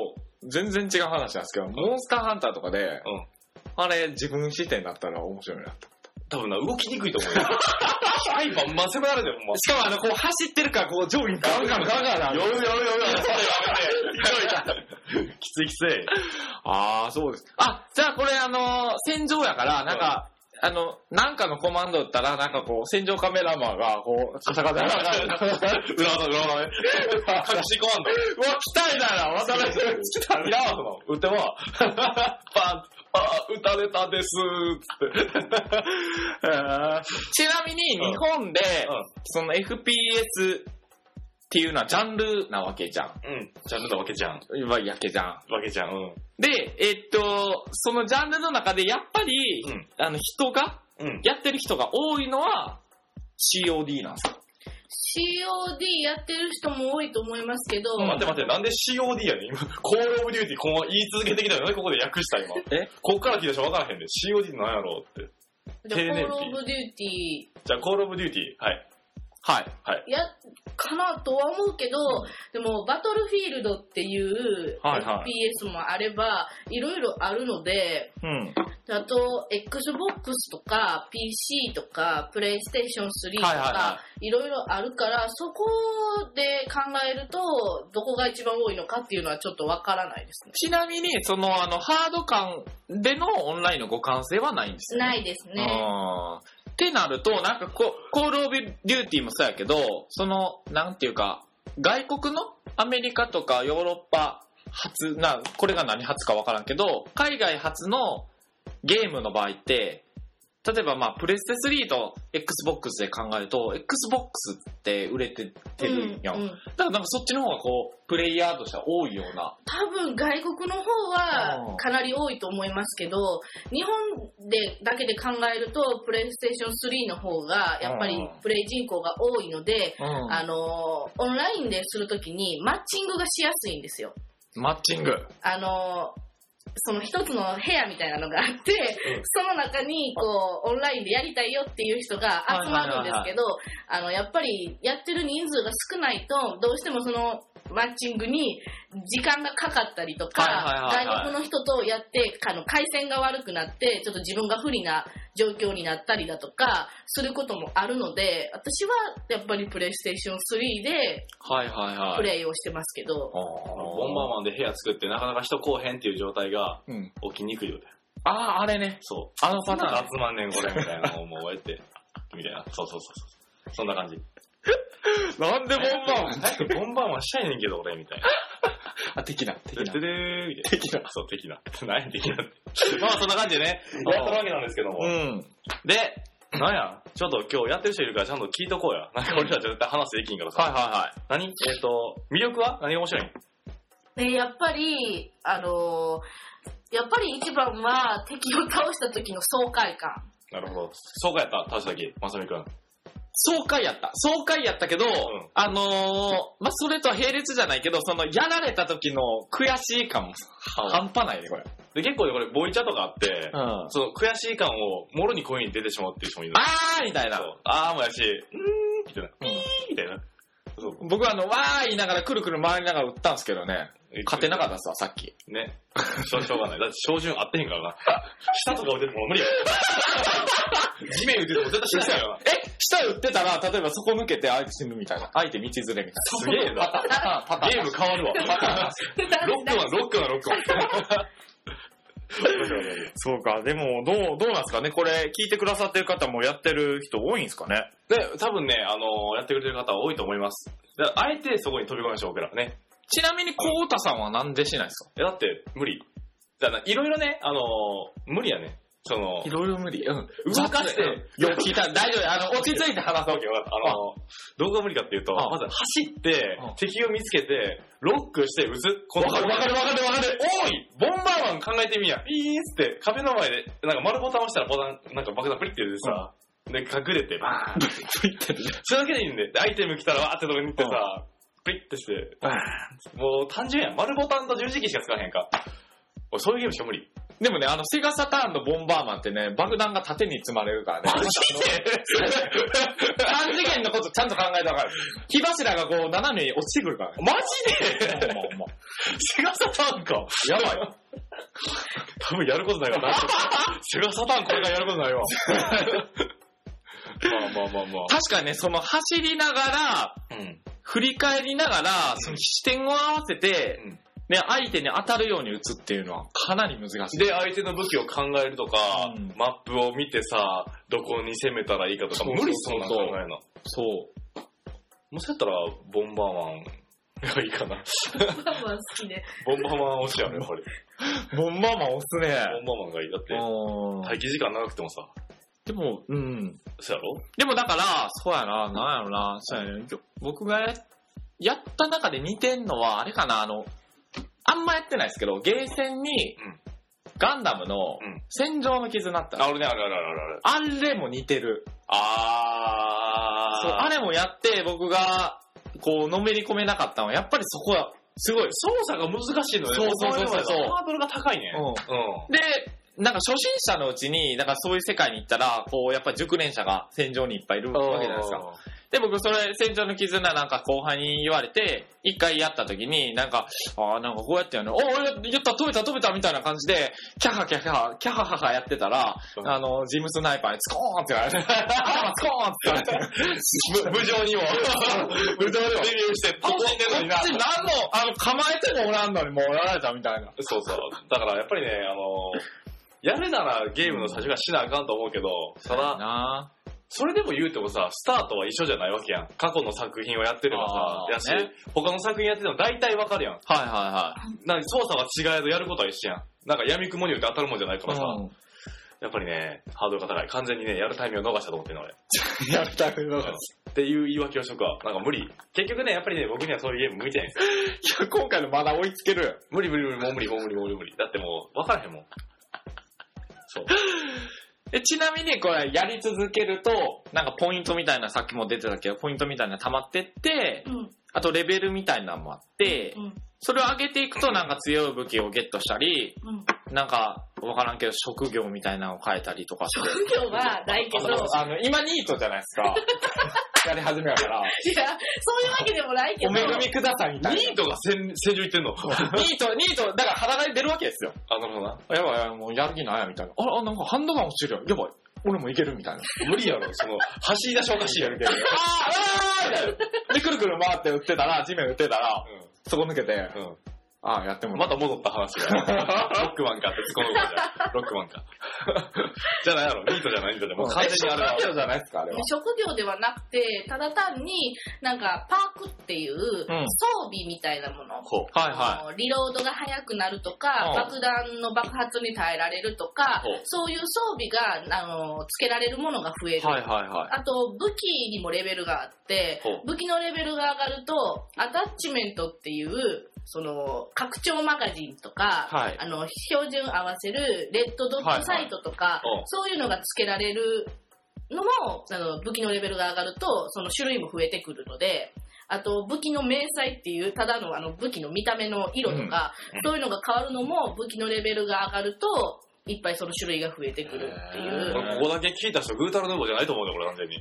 Speaker 1: 全然違う話なんですけど、モンスターハンターとかで、
Speaker 2: うん
Speaker 1: あれ、自分視点だったら面白いなと。
Speaker 2: う多分な、動きにくいと思うよ。はい、バンバン攻められてる ほんま。
Speaker 1: しかも、あの、こう走ってるから、こう上下ガンガンガンガンな
Speaker 2: よよよよよよきついきつい。
Speaker 1: ああ、そうです。あ、じゃあこれあのー戦場やから、なんか、あの、なんかのコマンドだったら、なんかこう、戦場カメラマンが、こう、カサカ サカサカサ。
Speaker 2: 裏技、裏技ね。隠しコマン
Speaker 1: う
Speaker 2: ド。
Speaker 1: わ、来たいなら、渡辺さん来た
Speaker 2: いらんわ、その、撃っても、パン、あー、撃たれたですー、つって。
Speaker 1: ちなみに、日本で、その FPS っていうのはジャンルなわけじゃん。
Speaker 2: うん。うん。ジャンルだわけじゃん。
Speaker 1: いわやけじゃん。
Speaker 2: わけじゃん。うん。
Speaker 1: で、えっと、そのジャンルの中で、やっぱり、
Speaker 2: うん
Speaker 1: あの、人が、
Speaker 2: うん。
Speaker 1: やってる人が多いのは、COD なんですよ。
Speaker 3: COD やってる人も多いと思いますけど、
Speaker 2: 待って待って、なんで COD やねん今、コールオブデューティー、こう言い続けてきたよね、ここで訳した今。
Speaker 1: え
Speaker 2: こっから聞いた人分からへんで、COD って何やろうって。
Speaker 3: じゃあ
Speaker 2: 定年日
Speaker 3: コールオブデューティー、
Speaker 2: じゃあ、コールオブデューティー、はい。
Speaker 1: はい。
Speaker 3: や、かなとは思うけど、
Speaker 1: う
Speaker 3: でも、バトルフィールドっていう
Speaker 1: はいは
Speaker 3: FPS もあれば、いろいろあるので、
Speaker 1: うん。
Speaker 3: あと、Xbox とか PC とか PlayStation 3と
Speaker 1: はいはいは
Speaker 3: か、いろいろあるから、そこで考えると、どこが一番多いのかっていうのはちょっとわからないですね。
Speaker 1: ちなみに、その、あの、ハード感でのオンラインの互換性はないんですよ、
Speaker 3: ないいですね。
Speaker 1: ってなると、なんかこ、コールオブデューティーもそうやけど、その、なんていうか、外国のアメリカとかヨーロッパ初、な、これが何初かわからんけど、海外初のゲームの場合って、例えばまあ、プレステ3と Xbox で考えると、Xbox って売れてってるやん。
Speaker 3: うんう
Speaker 1: だ
Speaker 3: ん
Speaker 1: からなんかそっちの方がこう、プレイヤーとしては多いような。
Speaker 3: 多分外国の
Speaker 1: う
Speaker 3: 方
Speaker 1: ん
Speaker 3: はかなり多いと思いますけど、日本でだけで考えると、プレイステーション3の方が、やっぱ
Speaker 1: うん
Speaker 3: りプレイ人口が多いので、
Speaker 1: うん
Speaker 3: あのー、オンラインでするときにマッチングがしやすいんですよ。
Speaker 1: マッチング。
Speaker 3: あのー、その一つの部屋みたいなのがあって、その中に、こう、オンラインでやりたいよっていう人が集まるんですけど、あの、やっぱり、やってる人数が少ないと、どうしてもその、マッチングに時間がかかったりとか、
Speaker 1: はいはいはいはい
Speaker 3: 外国の人とやって、あの、回線が悪くなって、ちょっと自分が不利な状況になったりだとか、することもあるので、私は、やっぱりプレイステーション3で、
Speaker 1: はいはいはい。
Speaker 3: プレイをしてますけど、
Speaker 2: あのボンバーマンで部屋作ってなかなか人来おへんっていう状態が
Speaker 1: ーマン。うん。
Speaker 2: 起きにくいよね。
Speaker 1: ああ、あれね。
Speaker 2: そう。
Speaker 1: あのパターン。
Speaker 2: 集まんねんこれみたいなのをもう終えて、みたいな。そうそうそうそう。そんな感じ。
Speaker 1: なんでボンバーマン
Speaker 2: 早くボンバーマンしたいねんけど俺みたいな。
Speaker 1: あ、的な、的
Speaker 2: て
Speaker 1: な
Speaker 2: て。でーみたいな。的な。そう、的な。何的なって。まあそんな感じでね、
Speaker 1: うん
Speaker 2: やったわけなんですけども。
Speaker 1: うん。
Speaker 2: で、なんや、ちょっと今日やってる人いるからちゃんと聞いとこうや。なんか俺らじゃ絶対話できんからさ。
Speaker 1: はいは
Speaker 2: 何えっ、と、魅力は何が面白いん
Speaker 3: でやっぱり、あのーやっぱり一番は敵を倒した時の爽快感。
Speaker 2: なるほど。そうかやった、田下き、まさみくん。
Speaker 1: い。爽快やった。爽快やったけど、
Speaker 2: ん
Speaker 1: あのー、まあ、それとは並列じゃないけど、その、やられた時の悔しい感も半端ないね、これ。
Speaker 2: で、結構ね、これ、ボイチャとかあって、
Speaker 1: うん。あ
Speaker 2: その悔しい感をもろに声に出てしまうっていう人もいる。
Speaker 1: ーみたいな
Speaker 2: そ。うあーもやし、うーん、みたいな、うーん、みたいな。そう。
Speaker 1: 僕はあの、わー言いながらくるくる回りながら打ったんですけどね。勝てなかったっすわ、さっき。
Speaker 2: た。ね。しょうしょうがない。だって、照準合ってへんからな。下とか打てても無理や。地面打てても絶対死なせやからな。
Speaker 1: え下打ってたら、例えばそこ抜けて相手死ぬみたいな。相手道連れみたいな。
Speaker 2: すげえな。
Speaker 1: あパターン
Speaker 2: ゲーム変わるわ。ロックマン、ロックマン、ロックマン。
Speaker 1: そうか、でも、どう、どうなんですかねこれ、聞いてくださってる方もやってる人多いんですかね
Speaker 2: で、多分ね、あのやってくれてる方多いと思います。であえてそこに飛び込みましょう、僕らはね。
Speaker 1: ちなみに、こうたさんはなんでしないんです
Speaker 2: え、だって、無理。だから、いろいろね、あのー無理やね。その
Speaker 1: い、ろいろ無理。うん。動
Speaker 2: 動か
Speaker 1: か
Speaker 2: し
Speaker 1: してて。よ、聞いた。大丈夫。あの、落ち着いて話そう。
Speaker 2: オッケーわかったあのーどこが無理かっていうと、
Speaker 1: あ
Speaker 2: まず走って
Speaker 1: あ、
Speaker 2: 敵を見つけて、ロックして撃つ。この
Speaker 1: わかるわかるわかるわかる。
Speaker 2: おいボンバーマン考えてみやピーンつって、壁の前で、なんか丸ボタン押したらボタン、なんか爆弾プリって出てさ、で、隠れて、バーン
Speaker 1: ついてるね。
Speaker 2: それだけでいいんで、でアイテム来たらわーってとこに行ってさ、プリってして、もう単純やん。丸ボタンと十字キーしか使わへんか。俺、そういうゲームしか無理。
Speaker 1: でもね、あの、セガサターンのボンバーマンってね、爆弾が縦に積まれるからね。 三次元のことちゃんと考えたから。火柱がこう、斜めに落ちてくるからね。
Speaker 2: マジで
Speaker 1: もうもうもう
Speaker 2: セガサターンか。
Speaker 1: やばい。
Speaker 2: 多分やることないから、セガサターンこれからやることない わ。まあまあまあま
Speaker 1: 確かにね、その走りながら、
Speaker 2: あ。うん。
Speaker 1: 振り返りながら、その視点を合わせて、
Speaker 2: うん
Speaker 1: ね、相手に当たるように打つっていうのはかなり難しい。
Speaker 2: で、相手の武器を考えるとか、
Speaker 1: うん
Speaker 2: マップを見てさ、どこに攻めたらいいかと
Speaker 1: そ
Speaker 2: か、
Speaker 1: う
Speaker 2: 無理そうな考
Speaker 1: そうそう
Speaker 2: えな。も
Speaker 1: そう。
Speaker 2: しかしたら、ボンバーマンがいいか な。
Speaker 3: ボンバーマン好きで。
Speaker 2: ボンバーマン推しやろ、やっぱり。
Speaker 1: ボンバーマン押すね。
Speaker 2: ボンバーマンがいい。だって、
Speaker 1: うん
Speaker 2: 待機時間長くてもさ、
Speaker 1: でも、うん。
Speaker 2: そうやろ
Speaker 1: でもだから、そうやな、なんやろな、そうやね。きょ僕がややった中で似てんのは、あれかな、あの、あんまやってないですけど、ゲーセンに
Speaker 2: うん、
Speaker 1: ガンダムの
Speaker 2: うん、
Speaker 1: 戦場の絆ってある
Speaker 2: あ、俺ね、あるあるあるある。
Speaker 1: あれも似てる。
Speaker 2: あー。
Speaker 1: そうあれもやって、僕が、こう、のめり込めなかったのは、やっぱりそこは、すごい。
Speaker 2: 操作が難しいのね。
Speaker 1: そうそうそうそう
Speaker 2: こいのはハードルが高いね。
Speaker 1: うん
Speaker 2: う
Speaker 1: で、なんか初心者のうちに、なんかそういう世界に行ったら、こう、やっぱり熟練者が戦場にいっぱいいる
Speaker 2: ん。
Speaker 1: わけじゃないですか。。で、僕、それ、戦場の絆なんか後輩に言われて、一回やった時に、なんか、ああ、なんかこうやってやるの、お俺、やった、飛べた、飛べた、みたいな感じで、キャハキャハ、キャハハハやってたら、
Speaker 2: うん
Speaker 1: あの、ジムスナイパーにツコーンって言われて、頭ツコーンって言われて、
Speaker 2: ぶ無情にも、無情にもデビューして、
Speaker 1: こ
Speaker 2: 楽しんでるのにな
Speaker 1: っ。ち何の、あの、構えてもおらんのに、もうやられたみたいな。
Speaker 2: そうそう。だからやっぱりね、あの、やるならゲームの最初がしなあかんと思うけど、ただ、
Speaker 1: な
Speaker 2: それでも言うてもさ、スタートは一緒じゃないわけやん。過去の作品をやってれば
Speaker 1: あー
Speaker 2: さ、やし、
Speaker 1: ね
Speaker 2: 他の作品やってても大体わかるやん。
Speaker 1: はいは
Speaker 2: なんか操作は違えどやることは一緒やん。なんか闇雲によって当たるもんじゃないか
Speaker 1: いは
Speaker 2: ら
Speaker 1: い。
Speaker 2: さ、やっぱりね、ハードルが高い。完全にね、やるタイミングを逃したと思ってんの俺。
Speaker 1: うん。 やりたくなかった。
Speaker 2: っていう言い訳をしとくわ。なんか無理。結局ね、やっぱりね、僕にはそういうゲーム向いてないんです
Speaker 1: い
Speaker 2: よ。
Speaker 1: や、今回のまだ追いつける。
Speaker 2: 無理無理無理、もう無理もう無理もう無理無理。だってもう、わからへんもん。そう。
Speaker 1: え、ちなみにこれやり続けると、なんかポイントみたいな、さっきも出てたけど、ポイントみたいな溜まってって
Speaker 3: う、ん。
Speaker 1: あとレベルみたいなのもあって
Speaker 3: う、ん。
Speaker 1: それを上げていくとなんか強い武器をゲットしたり、
Speaker 3: うん。
Speaker 1: なんかわからんけど職業みたいなのを変えたりとかして。
Speaker 3: 職業はない けど、いや、
Speaker 1: あの、今ニートじゃないです か。やり始めやから。
Speaker 3: そういうわけでもないけ
Speaker 1: お
Speaker 3: ど、
Speaker 1: 恵みくださいみたいな。
Speaker 2: ニートが戦戦場行ってんの
Speaker 1: ニート、ニート、だから裸で出るわけですよ。
Speaker 2: あ、なるほどな。
Speaker 1: やばいやばい、もうやる気ないや、みたいな。あら、あなんかハンドガン落ちてるやん。やばい。俺もいけるみたいな。
Speaker 2: 無理やろ、その、走り出しおかしいやろ。
Speaker 1: あーあーみたい なで、くるくる回って打ってたら、地面打ってたら、そこ抜けて、
Speaker 2: うん。
Speaker 1: ああ、やって
Speaker 2: う
Speaker 1: も
Speaker 2: ん。
Speaker 1: ら
Speaker 2: ま
Speaker 1: う
Speaker 2: た戻った話 が。ロックマンかって突っ込むからじゃん。ロックマン か。じゃないやろ、ニートじゃない、ニートじゃない。もう完全にあれは。
Speaker 1: じゃないですか、あれは。
Speaker 3: 職業ではなくて、ただ単になんかパークっていう装備みたいなもの。
Speaker 2: こう。
Speaker 1: はいは
Speaker 3: あのリロードが早くなるとか、
Speaker 1: うん
Speaker 3: 爆弾の爆発に耐えられるとか
Speaker 2: うん、
Speaker 3: そういう装備が、あの、つけられるものが増え
Speaker 1: い。
Speaker 3: る。
Speaker 1: はいはいはい。
Speaker 3: あと、武器にもレベルがあって
Speaker 2: ほう、
Speaker 3: 武器のレベルが上がると、アタッチメントっていう、その、拡張マガジンとか、
Speaker 1: はい
Speaker 3: あの、標準合わせるレッドドットサイトとか、
Speaker 2: はいはいうん
Speaker 3: そういうのが付けられるのも、あの、武器のレベルが上がると、その種類も増えてくるので、あと、武器の明細っていう、ただのあの武器の見た目の色とか、
Speaker 2: うん
Speaker 3: そういうのが変わるのも、武器のレベルが上がると、いっぱいその種類が増えてくるって
Speaker 1: へ
Speaker 3: い
Speaker 1: ー。
Speaker 3: う
Speaker 2: 俺ここだけ聞いた人、グータラヌーボーじゃないと思うね、これ完全に。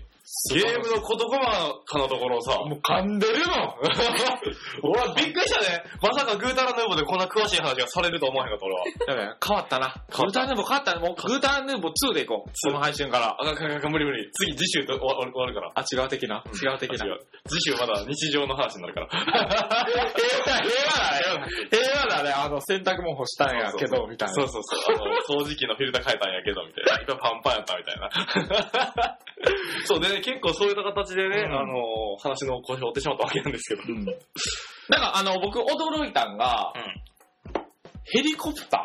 Speaker 2: ゲームの事細かなところをさ、
Speaker 1: もう噛んでるもん。
Speaker 2: 俺はびっくりしたね。まさかグータラヌーボーでこんな詳しい話がされると思わへんかった、俺は。
Speaker 1: だから変わったな。グーターヌーボー変わったな。もうグーターヌーボー2でいこう。この配信から。
Speaker 2: あかんあかんあかん、無理無理。次、次週と終わ終わるから。
Speaker 1: あ、違う的な。違う 的な。
Speaker 2: 違う次週まだ日常の話になるか
Speaker 1: 平和だ、平和だ
Speaker 2: ら。
Speaker 1: ね。平和だね。あの、洗濯物干したんやけど、みたいな。
Speaker 2: そうそうそう。あの、掃除機のフィルター変えたんやけど、みたいな。いっぱいパンパンやった、みたい な。そうでね、結構そういった形でね、
Speaker 1: うん
Speaker 2: あの、話の腰を折ってしまったわけなんですけど。
Speaker 1: うんなんかあの、僕驚いたんが、
Speaker 2: うん
Speaker 1: ヘリコプタ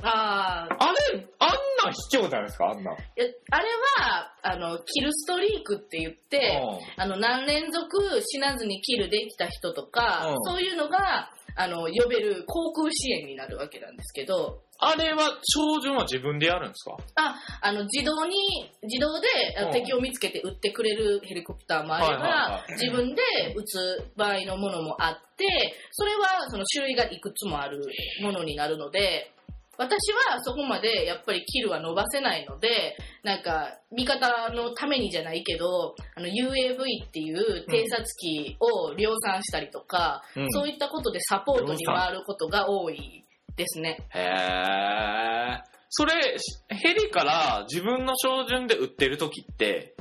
Speaker 3: ああ、
Speaker 1: あれ、あんなん卑怯じゃないですか、あんなん。
Speaker 3: いやあれは、あの、キルストリークって言って、あの、何連続死なずにキルできた人とか
Speaker 1: う、ん
Speaker 3: そういうのが、あの、呼べる航空支援になるわけなんですけど、
Speaker 1: あれは、照準は自分でやるんですか
Speaker 3: あ、あの、自動に、自動であ
Speaker 1: うん
Speaker 3: の敵を見つけて撃ってくれるヘリコプターもあれ
Speaker 1: はいはい
Speaker 3: ば
Speaker 1: は、い
Speaker 3: 自分で撃つ場合のものもあって、それはその種類がいくつもあるものになるので、私はそこまでやっぱりキルは伸ばせないので、なんか、味方のためにじゃないけど、あの、UAV っていう偵察機を量産したりとか、
Speaker 1: うん
Speaker 3: そういったことでサポートに回ることが多いですね。
Speaker 1: へえ。それ、ヘリから自分の照準で撃ってる時って、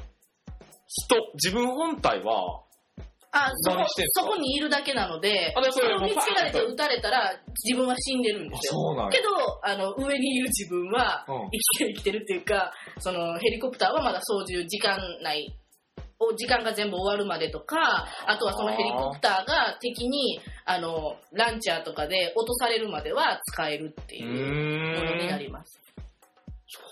Speaker 1: 人、自分本体は、
Speaker 3: あ、そこ
Speaker 1: 何してんすか
Speaker 3: そこにいるだけなので
Speaker 1: あ、でそ
Speaker 3: そ
Speaker 1: れ
Speaker 3: れを見つけられ
Speaker 1: パ
Speaker 3: て
Speaker 1: ーンと
Speaker 3: 撃たれたら、自分は死んでるんですよ。
Speaker 1: うな
Speaker 3: けど、あの、上にいる自分は、
Speaker 1: うん
Speaker 3: 生きてる生きてるっていうか、その、ヘリコプターはまだ操縦時間内、お時間が全部終わるまでとか、あとはそのヘリコプターが敵に、あの、ランチャーとかで落とされるまでは使えるって
Speaker 1: う
Speaker 3: いうものに
Speaker 1: ー。
Speaker 3: なんります。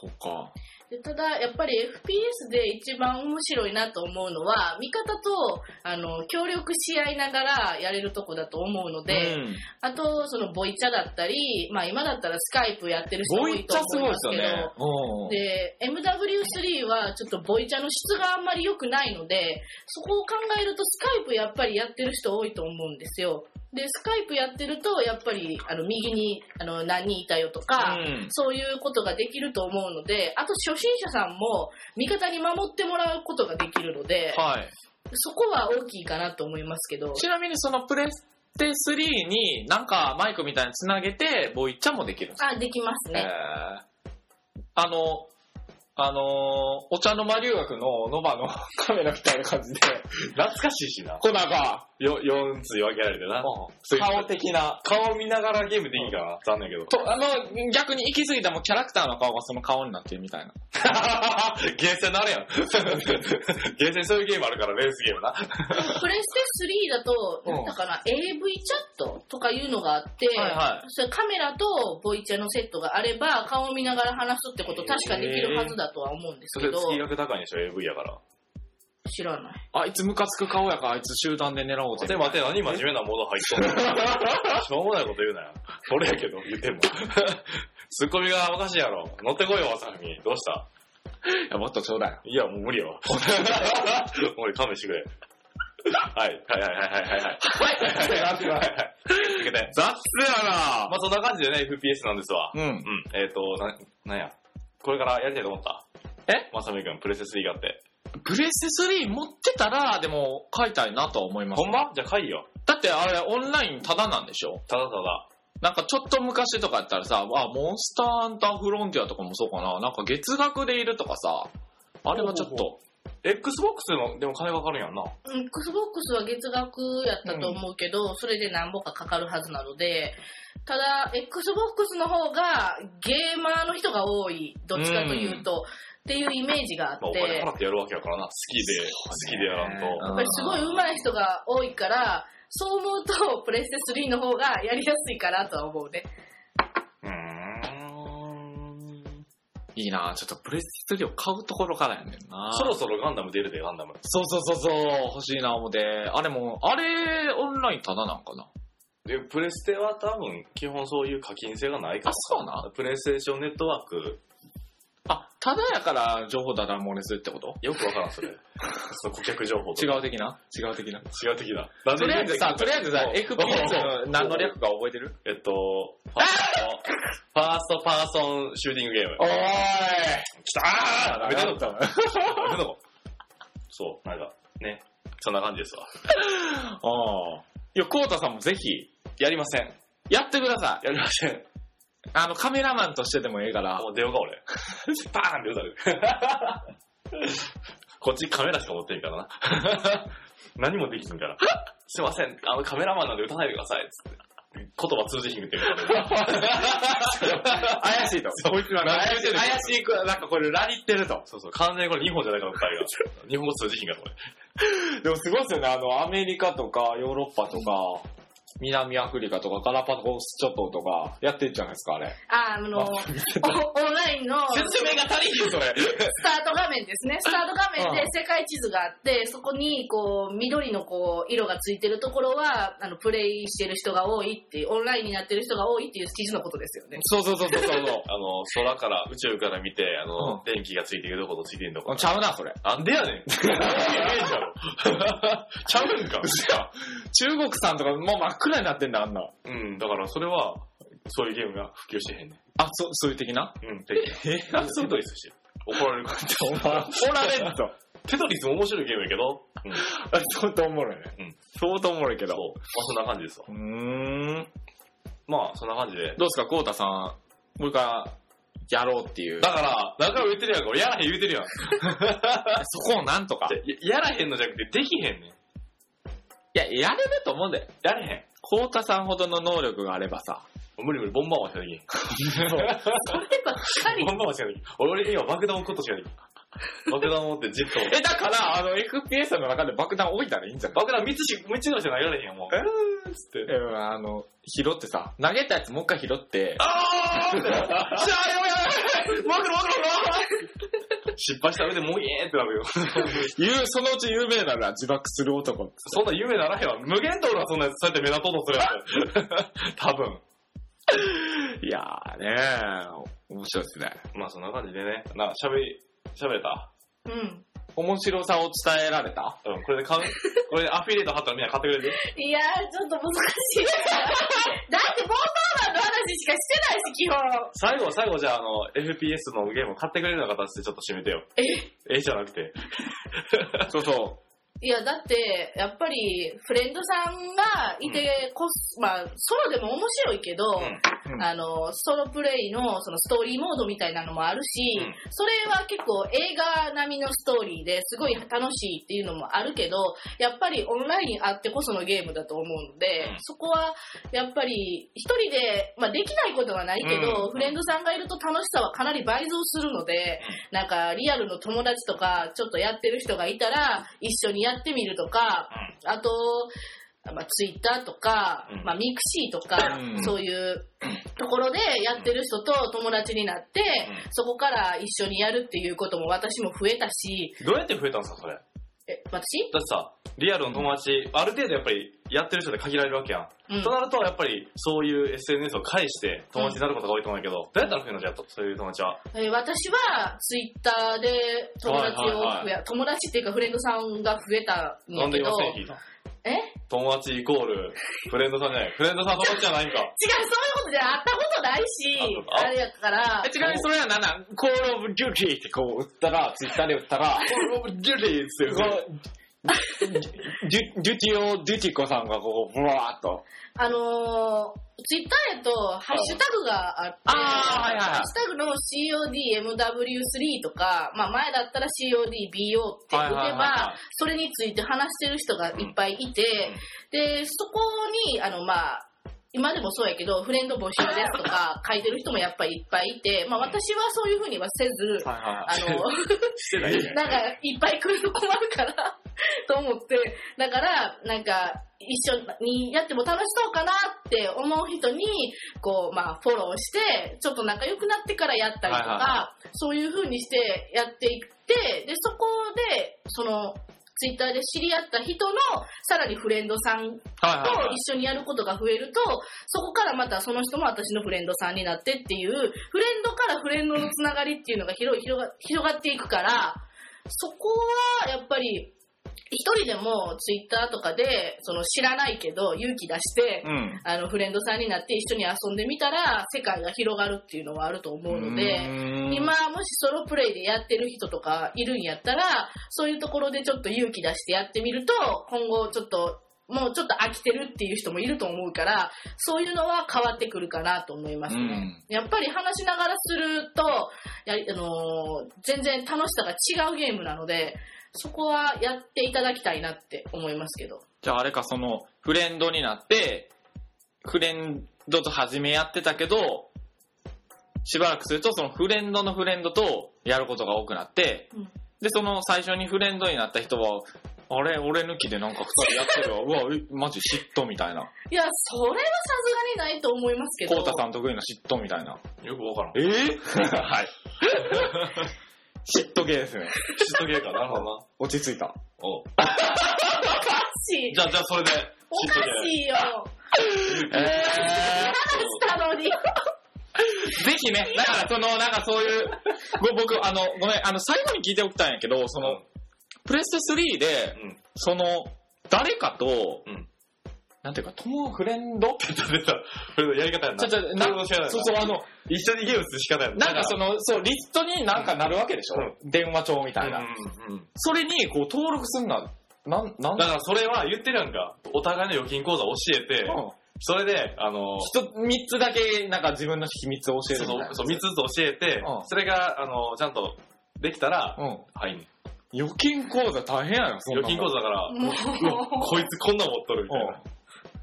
Speaker 1: そうか。
Speaker 3: でただやっぱり FPS で一番面白いなと思うのは味方とあの協力し合いながらやれるとこだと思うので、
Speaker 1: うん
Speaker 3: あとそのボイチャだったり、まあ、今だったらスカイプやってる人
Speaker 1: ボ
Speaker 3: 多い
Speaker 1: イ
Speaker 3: と
Speaker 1: チャす
Speaker 3: 思
Speaker 1: ご
Speaker 3: い
Speaker 1: いで
Speaker 3: ますす
Speaker 1: よ
Speaker 3: け
Speaker 1: ね
Speaker 3: ど。
Speaker 1: うん
Speaker 3: で MW3 はちょっとボイチャの質があんまり良くないのでそこを考えるとスカイプやっぱりやってる人多いと思うんですよでスカイプやってるとやっぱりあの右にあの何人いたよとか、
Speaker 1: うん
Speaker 3: そういうことができると思うので、あと初心者さんも味方に守ってもらうことができるので、
Speaker 1: はい。
Speaker 3: そこは大きいかなと思いますけど、
Speaker 1: ちなみにそのプレステ3になんかマイクみたいにつなげてボイチャもできるんです
Speaker 3: あ、できます
Speaker 1: ね。へ
Speaker 3: ね。
Speaker 1: ーあの、あのーお茶の間留学のノバのカメラみたいな感じで、
Speaker 2: 懐かしいしな。
Speaker 1: コナが、
Speaker 2: よ、4つに分けられてな。そういう
Speaker 1: 顔的な、
Speaker 2: 顔見ながらゲームできんかな。残念やけど。
Speaker 1: と、あの、逆に行き過ぎたもうキャラクターの顔がその顔になってるみたいな。
Speaker 2: ゲーセンな るやん。ゲーセンそういうゲームあるから、レースゲームな。
Speaker 3: プレステ3だと、
Speaker 1: うん
Speaker 3: なんだかな、AV チャットとかいうのがあって、
Speaker 1: はいはい
Speaker 3: それカメラとボイチャのセットがあれば、顔を見ながら話すってこと確かできるはずだとは思うんです
Speaker 2: そ
Speaker 3: け
Speaker 2: れ
Speaker 3: ど、
Speaker 2: 月額高いんでしょ、AV やから。
Speaker 3: 知らない。
Speaker 1: あいつムカつく顔やからあいつ集団で狙おうぜ。
Speaker 2: 待て待て、何真面目なもの入っとん のしょうもないこと言うなよ。それやけど、言っても。 ツッコミがおかしいやろ。乗ってこいよ、わさふみ。どうした
Speaker 1: いやもっとちょうだ い。
Speaker 2: いや、 もう無理やわ。もう勘弁してくれ。はい、はいはいはいはいはい。はいはいはい。というわけで
Speaker 1: 雑や
Speaker 2: まあそんな感じでね、FPS なんですわ。
Speaker 1: なうん。
Speaker 2: うん。えっ、ー、と、な、なんや。これからやりたいと思った
Speaker 1: え
Speaker 2: まさみくん、プレセスリーがあって。
Speaker 1: プレステ3持ってたら、でも、買いたいなとは思います
Speaker 2: ほ。んまじゃあ買いよ。
Speaker 1: だってあれ、オンラインタダなんでしょ
Speaker 2: ただただ。
Speaker 1: なんかちょっと昔とかやったらさ、あ、モンスターハンターフロンティアとかもそうかな。なんか月額でいるとかさ、あれはちょっと、
Speaker 2: Xbox の、でも金かかるんやんな。
Speaker 3: うん XBOX は月額やったと思うけど、それで何ぼかかかるはずなので、ただ、XBOX の方がゲーマーの人が多い、どっちかというと、っていうイメージがあっ
Speaker 2: まあお
Speaker 3: て、
Speaker 2: 金
Speaker 3: や
Speaker 2: 払
Speaker 3: っ
Speaker 2: ってやるわけやからな。好きで、好きでやらんと。
Speaker 1: うん
Speaker 3: ぱりすごい上手い人が多いから、そう思うと、プレステ3の方がやりやすいかなとは思うね。
Speaker 2: うーん。
Speaker 1: いいなちょっとプレステ3を買うところからやねんな。
Speaker 2: そろそろガンダム出るで、ガンダム。
Speaker 1: そうそうそうそう、欲しいな思って。あれも、あれ、オンラインタダなんかな。
Speaker 2: で、プレステは多分、基本そういう課金制がないから。
Speaker 1: あそうな
Speaker 2: プレイステーションネットワーク、
Speaker 1: あ、タダやから情報ダダ漏れするってこと
Speaker 2: よくわからん、 それ。その顧客情報と
Speaker 1: 違
Speaker 2: か。
Speaker 1: う的な違う的な。
Speaker 2: 違う的な。なんで
Speaker 1: とりあえずさ、とりあえずさ、
Speaker 2: うん
Speaker 1: FPS の何の略か覚えてる
Speaker 2: えっと、ファース ト、ファーストパーソンシューティングゲーム。
Speaker 1: おーい
Speaker 2: きたーめでとう
Speaker 1: た。
Speaker 2: やめとこそう、なんか、ね。そんな感じですわ。
Speaker 1: ああ。いや、コウタさんもぜひ、
Speaker 2: やりません。
Speaker 1: やってください。
Speaker 2: やりません。
Speaker 1: あの、カメラマンとしてでもええから
Speaker 2: あ、。もう出ようか、俺。バーンって打たれる。 こっちカメラしか持ってんからな。 何もできひんから。すいません、あのカメラマンなんで打たないでください。つって。言葉通じひんって言うから ね。
Speaker 1: 怪しいと。こいつは怪しい。怪しい、なんかこれ、ラリってると。
Speaker 2: そうそう、完全にこれ日本じゃないから、二人が。日本語通じひんから、これ。
Speaker 1: でもすごいですよね。あの、アメリカとか、ヨーロッパとか、南アフリカとかガラパゴス諸島とかやってんじゃないですか、あれ。
Speaker 3: ああの、おオンラインの
Speaker 1: 説明が足りんよ、それ。
Speaker 3: スタート画面ですね。スタート画面で世界地図があって、そこにこう緑のこう色がついてるところはあのプレイしてる人が多いっていう、オンラインになってる人が多いっていう記事のことで すよね。
Speaker 1: そうそうそうそうそうそ
Speaker 2: あの、空から、宇宙から見て、あの、
Speaker 1: うん
Speaker 2: 電気がついてるとことついてんと
Speaker 1: う。
Speaker 2: こ。
Speaker 1: ちゃうな、それ。
Speaker 2: なんでやねん。ちゃうんか。
Speaker 1: 中国さんとかもう真っ暗になってんだ、あんな。
Speaker 2: うん、だからそれは、そういうゲームが普及してへんね
Speaker 1: あ、そ、そういう的な
Speaker 2: ん。うん、 できえ
Speaker 1: あそう
Speaker 2: テトリスしてる。怒られるから。
Speaker 1: お前、おられんぞ。
Speaker 2: テトリスも面白いゲームやけど、 うん、
Speaker 1: 相当おもろいね。
Speaker 2: うん
Speaker 1: 相当おもろいけ
Speaker 2: そう。まあ
Speaker 1: ど。
Speaker 2: そんな感じですわ。
Speaker 1: うーん。
Speaker 2: まあそんな感じで。
Speaker 1: どうですか、コウタさん。もう一回、やろうっていう。
Speaker 2: だから、何回も言ってるやんか。俺やらへん言うてるやん。
Speaker 1: そこをなんとか。
Speaker 2: でややらへんのじゃなくて、できへんねん。
Speaker 1: いや、やれると思うんだよ。
Speaker 2: やれへ
Speaker 1: コウタさんほどの能力があればさ。
Speaker 2: ん。無理無理、ボンバーマンしかできへん。
Speaker 3: そればっかり
Speaker 2: ボンバーマンしかできへん。俺今爆弾置くことしかできへん。爆弾持ってジェットを
Speaker 1: え、だから、あの、FPS の中で爆弾置いたらいいんじゃない
Speaker 2: 爆弾3つし、三つぐらいしか投げられへんやん、もう。
Speaker 1: え
Speaker 2: つって。
Speaker 1: ー、あの、拾ってさ、投げたやつもう一回拾って、
Speaker 2: あーって。じゃあ、やばいやばい やばいマクロマクロマクロ失敗した上でもうええってなるよ。
Speaker 1: 言う、そのうち有名なら自爆する男って
Speaker 2: そんな夢ならへんわ。無限道路はそんなやつ、そうやって目立とうとするや つ。多分。
Speaker 1: いやーねー、面白いですね。
Speaker 2: まあそんな感じでね。な、喋り、喋れた
Speaker 3: うん。
Speaker 1: 面白さを伝えられた
Speaker 2: うん、これで買うこれでアフィリエイト貼ったらみんな買ってくれる
Speaker 3: いやー、ちょっと難しい。だって、ボンバーマンの話しかしてないし、基本。
Speaker 2: 最後、最後じゃあ、あの、FPS のゲームを買ってくれるような形でちょっと締めてよ。ええじゃなくて。
Speaker 1: そうそ
Speaker 3: いや、だって、やっぱり、フレンドさんがいてこそ、まあ、ソロでも面白いけど、
Speaker 1: うんうん
Speaker 3: あの、ソロプレイの、その、ストーリーモードみたいなのもあるし、
Speaker 2: うん
Speaker 3: それは結構映画並みのストーリーですごい楽しいっていうのもあるけど、やっぱりオンラインあってこそのゲームだと思うので、
Speaker 2: うん
Speaker 3: そこは、やっぱり、一人で、まあ、できないことはないけど、
Speaker 2: うん
Speaker 3: フレンドさんがいると楽しさはかなり倍増するので、なんかリアルの友達とかちょっとやってる人がいたら一緒にやってみるとか、あと、まあ、ツイッターとか、
Speaker 2: うん
Speaker 3: まあ、ミクシーとか、
Speaker 1: うん
Speaker 3: そういうところでやってる人と友達になって、
Speaker 2: う
Speaker 3: そこから一緒にやるっていうことも私も増えたし、
Speaker 2: どうやって増えたんすか、それ。だって
Speaker 3: え、私
Speaker 2: さ、リアルの友達、ある程度やっぱりやってる人で限られるわけやん。
Speaker 3: うん
Speaker 2: と。なると、やっぱりそういう SNS を介して友達になることが多いと思うんやけど、どうやったら増えるのじゃあ、そういう友達は。
Speaker 3: え私はツイッターで友達を増え、
Speaker 2: はいはい
Speaker 3: 友達っていうかフレンドさんが増えたん
Speaker 2: な
Speaker 3: や
Speaker 2: んで
Speaker 3: け
Speaker 2: 今
Speaker 3: ど、
Speaker 2: 線引いたの
Speaker 3: え違う、
Speaker 2: 友達イコール、フレンドさんじゃない。フレンドさん友達じゃないんか。
Speaker 3: そういうことじゃあったことないし、
Speaker 2: あ
Speaker 3: あれやから
Speaker 1: え、、ちなみにそれは何なんコールオブデューティーってこう打ったら、ツイッターで打ったら、
Speaker 2: コールデュリーっつ
Speaker 1: こう、デュデュティオ・デュティコさんがこう、ブワーっと。
Speaker 3: あのー、ツイッターやと、ハッシュタグがあって、
Speaker 1: あーはいはいはい
Speaker 3: ハッシュタグの CODMW3 とか、まあ前だったら CODBO って打て
Speaker 1: はいはいはいは
Speaker 3: ば、それについて話してる人がいっぱいいて、で、そこに、あの、まあ、今でもそうやけど、フレンド募集ですとか書いてる人もやっぱりいっぱいいて、まあ私はそういうふうにはせず、
Speaker 1: はいは
Speaker 3: あの、
Speaker 2: し てないね。
Speaker 3: なんか、いっぱい来ると困るから、と思って、だから、なんか、一緒にやっても楽しそうかなって思う人に、こう、まあ、フォローして、ちょっと仲良くなってからやったりと
Speaker 1: はいはい
Speaker 3: か、そういう風にしてやっていって、で、そこで、その、ツイッターで知り合った人の、さらにフレンドさん
Speaker 1: はい
Speaker 3: と
Speaker 1: はいはい。
Speaker 3: 一緒にやることが増えると、そこからまたその人も私のフレンドさんになってっていう、フレンドからフレンドのつながりっていうのが広い広が広がっていくから、そこはやっぱり、一人でもツイッターとかで、その知らないけど勇気出して、
Speaker 1: うん。
Speaker 3: あのフレンドさんになって一緒に遊んでみたら、世界が広がるっていうのはあると思うので、今もしソロプレイでやってる人とかいるんやったらそういうところでちょっと勇気出してやってみると今後ちょっともうちょっと飽きてるっていう人もいると思うからそういうのは変わってくるかなと思いますね、やっぱり話しながらするとやりあのー全然楽しさが違うゲームなのでそこはやっていただきたいなって思いますけど
Speaker 1: じゃああれか、その、フレンドになって、フレンドと初めやってたけど、しばらくすると、そのフレンドのフレンドとやることが多くなって、
Speaker 3: うん
Speaker 1: で、その最初にフレンドになった人は、あれ俺抜きでなんか二人やってるわ。うわ、えマジ嫉妬みたいな。
Speaker 3: いや、それはさすがにないと思いますけど。
Speaker 1: コウタさん得意な嫉妬みたいな。
Speaker 2: よくわ からん。
Speaker 1: え はい。 嫉妬系ですね。
Speaker 2: 嫉妬系かな。なるほどな。
Speaker 1: 落ち着いた。
Speaker 2: お
Speaker 3: おかしい
Speaker 2: じ。ゃあ、じゃあそれで。
Speaker 3: おかしいよ。
Speaker 1: えー
Speaker 3: 話したのに。
Speaker 1: ぜひね、だからその、なんかそういう、ご僕、あの、ごめん、あの、最後に聞いておきたいんやけど、その、プレステ3で、
Speaker 2: うん。
Speaker 1: その、誰かと、
Speaker 2: うん
Speaker 1: なんていうか、友、フレンド
Speaker 2: ちょっと出た。これのやり方やんな。
Speaker 1: ちょちょ、
Speaker 2: な
Speaker 1: なん
Speaker 2: か知らないな。
Speaker 1: そうそう、あの、
Speaker 2: 一緒にゲームする仕方や
Speaker 1: なんかその、そう、リストになんかなるわけでしょ、電話帳みたいな。
Speaker 2: うんうんうん。
Speaker 1: それに、こう、登録すんな、なん、なん
Speaker 2: だからそれは言ってるやんか。お互いの預金口座教えて、
Speaker 1: うん
Speaker 2: それで、あの、
Speaker 1: 一つ、三つだけ、なんか自分の秘密を教え
Speaker 2: そ
Speaker 1: る
Speaker 2: う
Speaker 1: みたいな。
Speaker 2: そう、3つずつ教えて
Speaker 1: う、ん
Speaker 2: それが、あの、ちゃんとできたら、
Speaker 1: うん。
Speaker 2: はいね。
Speaker 1: 預金口座大変やな、そん
Speaker 2: 預
Speaker 1: な
Speaker 2: 金口座だから、
Speaker 3: も
Speaker 2: こいつこんなん持っとるみたいな。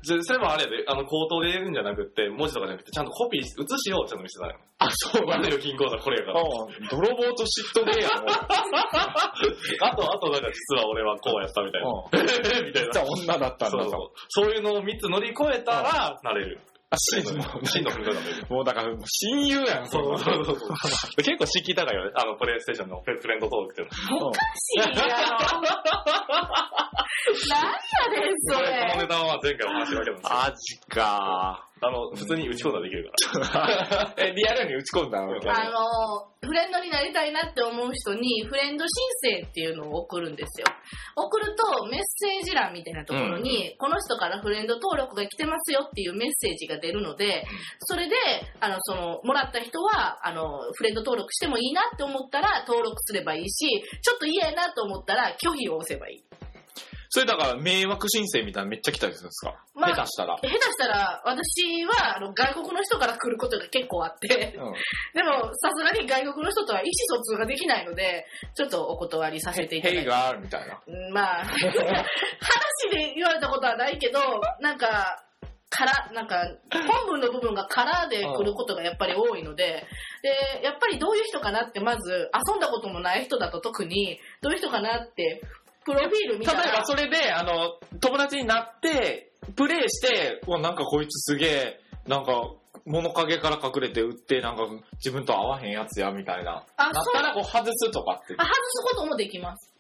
Speaker 2: でそれもあれやで、あの、口頭で言うんじゃなくって、文字とかじゃなくて、ちゃんとコピー、写しをちゃんと見せたら。
Speaker 1: あ、そう
Speaker 2: 俺
Speaker 1: だ
Speaker 2: の
Speaker 1: ね。
Speaker 2: 預金口座これやから。
Speaker 1: うん。泥棒と嫉妬でやろ。
Speaker 2: あと、あと、なんか実は俺はこうやったみたい
Speaker 1: う
Speaker 2: な。みたい
Speaker 1: ん。
Speaker 2: な
Speaker 1: じ。ゃあ女だったん
Speaker 2: そう
Speaker 1: だ
Speaker 2: そう
Speaker 1: と。
Speaker 2: そう。そういうのを3つ乗り越えたら、なれる。
Speaker 1: あ、真の。
Speaker 2: 真の踏み込んだら
Speaker 1: もうだから、親友やん、そ
Speaker 2: そ
Speaker 1: んな
Speaker 2: うそうそうそう。結構敷居高いよね。あの、プレイステーションのフレフレンドトークっていうの。
Speaker 1: うん
Speaker 3: しいやろ。なんやねん、そ
Speaker 2: この
Speaker 3: れ。
Speaker 2: ネタは前回お話ししたけど、あ
Speaker 1: マジか
Speaker 2: の、普通に打ち込んだらできるから。
Speaker 1: え、リアルに打ち込んだの
Speaker 2: うん
Speaker 3: あの、フレンドになりたいなって思う人に、フレンド申請っていうのを送るんですよ。送ると、メッセージ欄みたいなところに、この人からフレンド登録が来てますよっていうメッセージが出るので、それで、あの、その、もらった人は、あの、フレンド登録してもいいなって思ったら登録すればいいし、ちょっと嫌やなと思ったら拒否を押せばいい。
Speaker 1: それだから、迷惑申請みたいなのめっちゃ来たりするんですか
Speaker 3: まあ
Speaker 1: 下手したら。
Speaker 3: 下手したら、私は、あの、外国の人から来ることが結構あって、
Speaker 1: うん。
Speaker 3: でも、さすがに外国の人とは意思疎通ができないので、ちょっとお断りさせていただ
Speaker 1: ヘ
Speaker 3: い
Speaker 1: イ
Speaker 3: て。
Speaker 1: があるみたいな。
Speaker 3: うんまあ、 話で言われたことはないけど、なんか、から、なんか、本文の部分がからで来ることがやっぱり多いので、で、やっぱりどういう人かなって、まず、遊んだこともない人だと特に、どういう人かなって、プロフィール見
Speaker 1: 例
Speaker 3: た
Speaker 1: え
Speaker 3: ら、
Speaker 1: ば、それで、あの、友達になって、プレイして、うわ、なんかこいつすげえ、なんか、物陰から隠れて売って、なんか自分と合わへんやつや、みたいな。な
Speaker 3: あ、
Speaker 1: っ
Speaker 3: そう
Speaker 1: たら、こう、外すとかって。
Speaker 3: まあ、外すこともできます。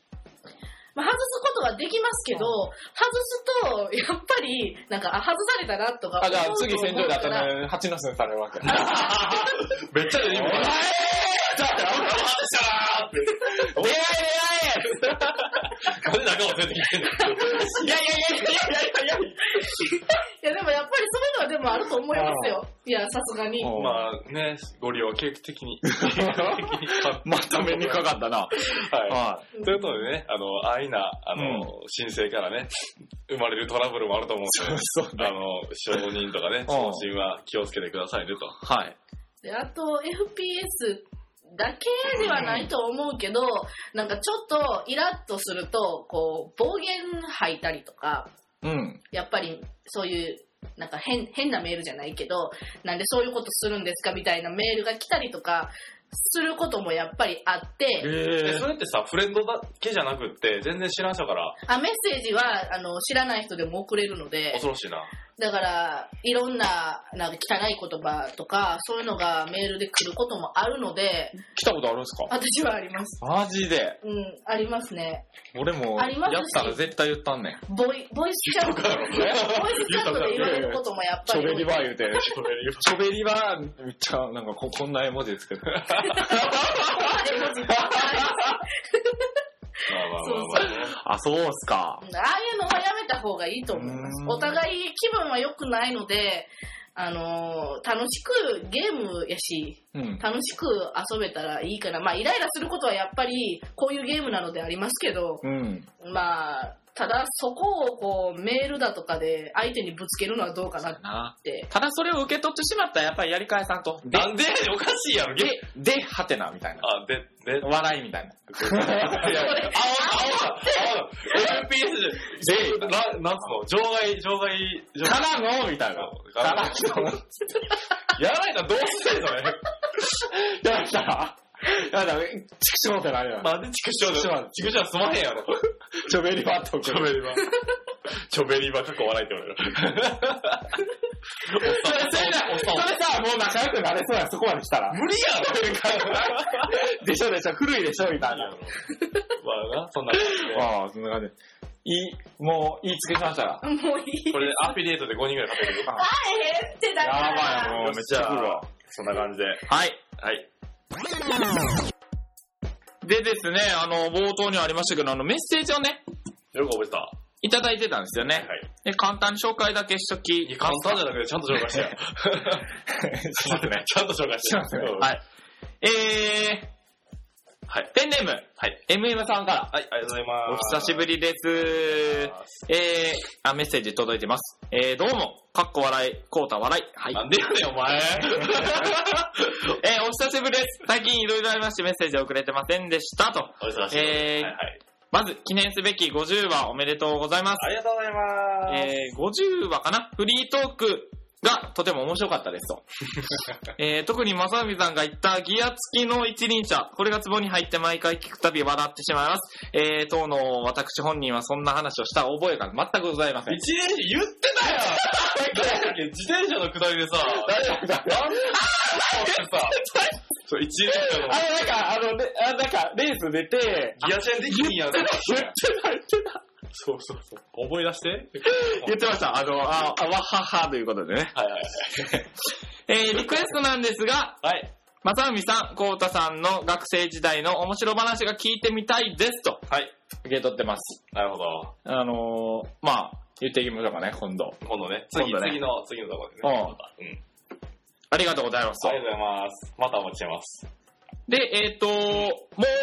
Speaker 3: まあ、外すことはできますけど、外すと、やっぱり、なんか、あ、外されたなとか。
Speaker 1: あ、じゃあ次、戦場で
Speaker 3: た
Speaker 1: 頭ね、蜂の巣にされるわけ。
Speaker 2: めっちゃいい
Speaker 1: お
Speaker 2: もん
Speaker 1: 前
Speaker 2: な。
Speaker 1: だってあんな
Speaker 2: 出会え出会えなんで仲間出てきてん
Speaker 1: い
Speaker 2: の
Speaker 1: やいやいやいやいやいやい
Speaker 3: いや、でもやっぱりそういうのはでもあると思いますよ。いや、さすがに。
Speaker 1: や。
Speaker 2: まあね、ご利用は定期的に。定期的に
Speaker 1: まとめにかかったな。
Speaker 2: は。
Speaker 1: はい
Speaker 2: ということでね、あの、安易な、あの、
Speaker 1: うん
Speaker 2: 申請からね、生まれるトラブルもあると思うんで、
Speaker 1: そう
Speaker 2: あ。の、承認とかね、
Speaker 1: ん
Speaker 2: 昇進は気をつけてくださいねと。
Speaker 1: はい。
Speaker 3: であと、FPS だけではないと思うけど、なんかちょっと、イラッとすると、こう、暴言吐いたりとか、
Speaker 1: うん。
Speaker 3: やっぱり、そういう、なんか変、変なメールじゃないけど、なんでそういうことするんですかみたいなメールが来たりとか、することもやっぱりあって、
Speaker 2: で
Speaker 1: え
Speaker 2: それってさ、フレンドだけじゃなくって、全然知らん人から、
Speaker 3: あ、メッセージは、あの、知らない人でも送れるので、
Speaker 2: 恐ろしいな。
Speaker 3: だから、いろんな、なんか汚い言葉とか、そういうのがメールで来ることもあるので、
Speaker 1: 来たことあるんすか
Speaker 3: 私はあります。
Speaker 1: マジで。
Speaker 3: うん、ありますね。
Speaker 1: 俺も、
Speaker 3: ありますし
Speaker 1: やったら絶対言ったんねん。
Speaker 3: ボイ、ボイスチャット、ボイスチャットで言われることもやっ
Speaker 1: ち
Speaker 3: ぱ
Speaker 1: ょべ
Speaker 3: り
Speaker 1: り
Speaker 3: 多い。
Speaker 1: ば言う て。ちょべりば、めっちゃ、なんかこ、こんな絵文字ですけど。
Speaker 2: まあまあまあまあね。
Speaker 1: あ、そうっすか。
Speaker 3: ああいうのはやめた方がいいと思います
Speaker 1: う。ん
Speaker 3: お互い気分は良くないので、あのー楽しくゲームやし、
Speaker 1: うん。
Speaker 3: 楽しく遊べたらいいかな。まあ、イライラすることはやっぱり、こういうゲームなのでありますけど、
Speaker 1: うん。
Speaker 3: まあ、ただそこをこう、メールだとかで相手にぶつけるのはどうかなっ
Speaker 1: な
Speaker 3: て。
Speaker 1: ただそれを受け取ってしまったら、やっぱりやり返さんと。で
Speaker 2: な、んでおかしいやろ、ゲ
Speaker 1: で、で、はてな、みたいな。
Speaker 2: あ、で、で、
Speaker 1: 笑いみたいな。
Speaker 2: いや、青だ、青だ、FPS、で、な、なんつうの、場外、場外、場外。
Speaker 1: からのみたいな。
Speaker 2: からのやらないからどうしてんのね。
Speaker 1: やらしたらやだ、畜生ってなるやん。
Speaker 2: なんで畜生
Speaker 1: 畜生
Speaker 2: だ
Speaker 1: は
Speaker 2: 畜生はすまへんやろ。
Speaker 1: ちょべりバット
Speaker 2: ちょべりば。ちょべりば過去笑いって言われる。
Speaker 1: それそれ
Speaker 2: おっ
Speaker 1: そ
Speaker 2: さん
Speaker 1: れさ、もう仲良くなれそうやん、そこまで来たら。
Speaker 2: 無理やろ
Speaker 1: でしょでしょ、古いでしょ、みたいな。
Speaker 2: まあな、そんな感じで。
Speaker 1: ああ、そんな感じ。いい、もう、言いつけしましたら。
Speaker 3: もういい。
Speaker 2: これでアフィリエイトで5人ぐらい稼げる。
Speaker 3: えってだ
Speaker 1: や
Speaker 3: から。
Speaker 1: ばい、もうめっちゃ来るわ。
Speaker 2: そんな感じで。
Speaker 1: はい。
Speaker 2: はい。
Speaker 1: でですね、あの、冒頭にはありましたけど、あの、メッセージをね、
Speaker 2: よく覚えてた。はい
Speaker 1: ただいてたんですよね。
Speaker 2: い。
Speaker 1: で簡単に紹介だけしとき。
Speaker 2: いや 簡単じゃなくて、ちゃんと紹介して よ。
Speaker 1: しますね。
Speaker 2: ちゃんと紹介して
Speaker 1: し
Speaker 2: よ
Speaker 1: ますね。
Speaker 2: うん
Speaker 1: はい。え
Speaker 2: はい
Speaker 1: ー、。ペンネーム、
Speaker 2: はい。
Speaker 1: MM さんから。
Speaker 2: はい、ありがとうござい
Speaker 1: お
Speaker 2: ます。
Speaker 1: 久しぶりです。えー、あ、メッセージ届いてます。えー、どうも、かっこ笑い、こうた笑い。はい。
Speaker 2: なんでやねん、お
Speaker 1: え
Speaker 2: 前。
Speaker 1: ー、お久しぶりです。最近いろいろありましてメッセージ遅れてませんでした。と。
Speaker 2: お忙しい。
Speaker 1: えー
Speaker 2: はいはい。
Speaker 1: まず、記念すべき50話おめでとうございます。
Speaker 2: ありがとうございます。
Speaker 1: えー50話かなフリートークがとても面白かったです と。えー特に正海さんが言ったギア付きの一輪車、これがツボに入って毎回聞くたび笑ってしまいます。えー、当の私本人はそんな話をした覚えが全くございません。
Speaker 2: 一年言ってたよ 自転車の下りでさ、
Speaker 1: 丈夫だ。
Speaker 2: さ、そう、一年車
Speaker 1: れ
Speaker 2: の
Speaker 1: なんか、あの、ね、あなんか、レース出て、
Speaker 2: ギアチェンできんやん。
Speaker 1: 言ってた、言ってた。
Speaker 2: そうそうそう。覚え出して。
Speaker 1: 言ってました。あの、あ、あわははということでね。
Speaker 2: はいはい
Speaker 1: えー、リクエストなんですが、
Speaker 2: はい。はい。
Speaker 1: 正海さん、こうたさんの学生時代の面白話が聞いてみたいですと。
Speaker 2: はい。
Speaker 1: 受け取ってます。
Speaker 2: なるほど。
Speaker 1: あのー、まあ、言っていきましょうかね、今度。
Speaker 2: 今度ね、次、
Speaker 1: 今度ね
Speaker 2: 次の、次のところでね。
Speaker 1: うん
Speaker 2: またうん。
Speaker 1: ありがとうございます
Speaker 2: あ。りがとうございます。またお待ちしてます。
Speaker 1: で、えっ、と、もう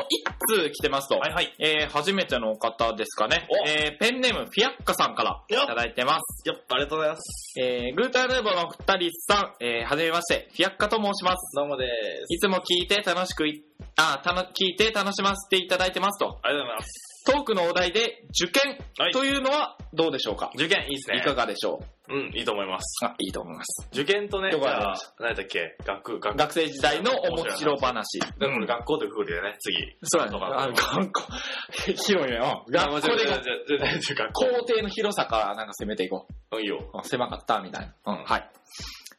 Speaker 1: 一通来てますと。
Speaker 2: いはい。
Speaker 1: えー、初めての方ですかね
Speaker 2: お。
Speaker 1: えー、ペンネーム、フィアッカさんから
Speaker 2: よっ
Speaker 1: いただいてます。
Speaker 2: やっぱありがとうございます。
Speaker 1: えー、グーターヌーボーの二人さん、えー、はじめまして、フィアッカと申します。
Speaker 2: どうもです。
Speaker 1: いつも聞いて楽しくい、あ、たの、聞いて楽しませていただいてますと。
Speaker 2: ありがとうございます。
Speaker 1: トークのお題で、受験
Speaker 2: はい
Speaker 1: というのはどうでしょうか、
Speaker 2: 受験いいっすね。
Speaker 1: いかがでしょう
Speaker 2: うん、いいと思います。
Speaker 1: あ、いいと思います。
Speaker 2: 受験とね、
Speaker 1: よく
Speaker 2: じ
Speaker 1: わかり
Speaker 2: ゃ
Speaker 1: ま
Speaker 2: あ
Speaker 1: し、
Speaker 2: 何だっけ、学、学、
Speaker 1: 学生時代の面白話。
Speaker 2: でもこれ学校というふうでね、次。
Speaker 1: そうやね。あの、学校、広いね。うん。学校
Speaker 2: じゃあ
Speaker 1: で、
Speaker 2: じゃあじゃあじゃあ学校。
Speaker 1: 校庭の広さからなんか攻めていこ
Speaker 2: うんいいよ。
Speaker 1: う。うん狭かった、みたいな。うん、はい。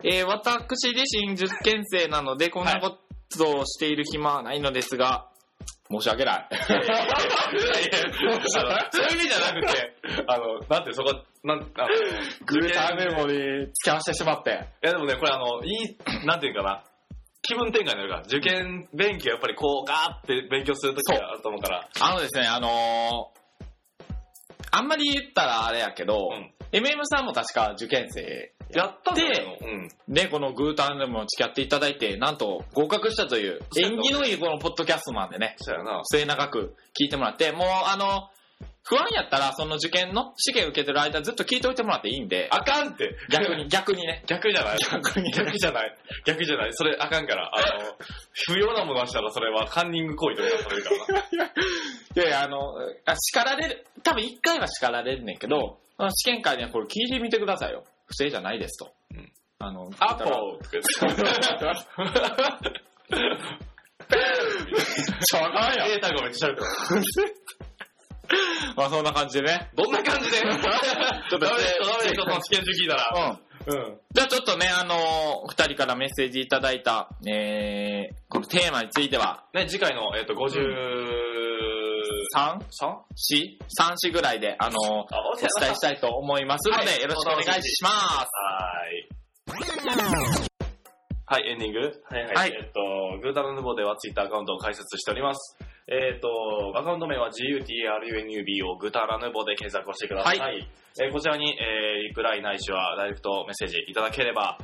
Speaker 1: えー、私自身受験生なので、こんなことをしている暇はないのですが、申し訳 ない。
Speaker 2: いやいやあのそういう意味じゃなくて、あの、なんてそこ、なん、あの、
Speaker 1: グーターメモに付き合わせてしまって。
Speaker 2: いやでもね、これあの、いい、なんていうかな、気分転換になるから、受験勉強やっぱりこう、ガーって勉強するときがあると思うから、
Speaker 1: あのですね、あのー、あんまり言ったらあれやけど、
Speaker 2: うん
Speaker 1: MM さんも確か受験生
Speaker 2: やったんだけど
Speaker 1: で
Speaker 2: うん。
Speaker 1: で、このグータンでも付き合っていただいて、なんと合格したという、
Speaker 2: そうや
Speaker 1: 縁
Speaker 2: な
Speaker 1: 起のいいこのポッドキャストなんでね、
Speaker 2: そうやな。
Speaker 1: 末永く聞いてもらって、もうあの、不安やったら、その受験の試験受けてる間ずっと聞いておいてもらっていいんで、
Speaker 2: あかんって。
Speaker 1: 逆 に、逆にね。
Speaker 2: 逆じゃない
Speaker 1: 逆に
Speaker 2: 逆じゃない。逆じゃない。それあかんから。あの、不要なものはしたらそれはカンニング行為とかされるからな。
Speaker 1: いやいや、あの、あ叱られる、多分一回は叱られるねんけど、あの試験会ではこれ聞いてみてくださいよ。不正じゃないですと。
Speaker 2: うん
Speaker 1: あの、
Speaker 2: アポーとか言って。
Speaker 1: ちょ、あかんやん
Speaker 2: データがめっちゃ喋ってる。
Speaker 1: まあそんな感じでね。
Speaker 2: どんな感じでちょっとダメです、ダメです、その試験中聞いた
Speaker 1: うん。
Speaker 2: ら。うん。
Speaker 1: じゃあちょっとね、あのー、二人からメッセージいただいた、えー、このテーマについては、
Speaker 2: ね、次回の、えっと、50、
Speaker 1: 3、
Speaker 2: 3?
Speaker 1: 4、3、4ぐらいで、あのー、お
Speaker 2: あ、お
Speaker 1: 伝えしたいと思いますの
Speaker 2: はい
Speaker 1: で、よろしくお願いします。
Speaker 2: はい。はい、エンディング。はいはい。
Speaker 1: はい
Speaker 2: えっと、グータラヌボではツイッターアカウントを開設しております。えっと、アカウント名は GUTRUNUB をグータラヌボで検索をしてください。
Speaker 1: は
Speaker 2: えーこちらに、えーリプライないしはダイレクトメッセージいただければ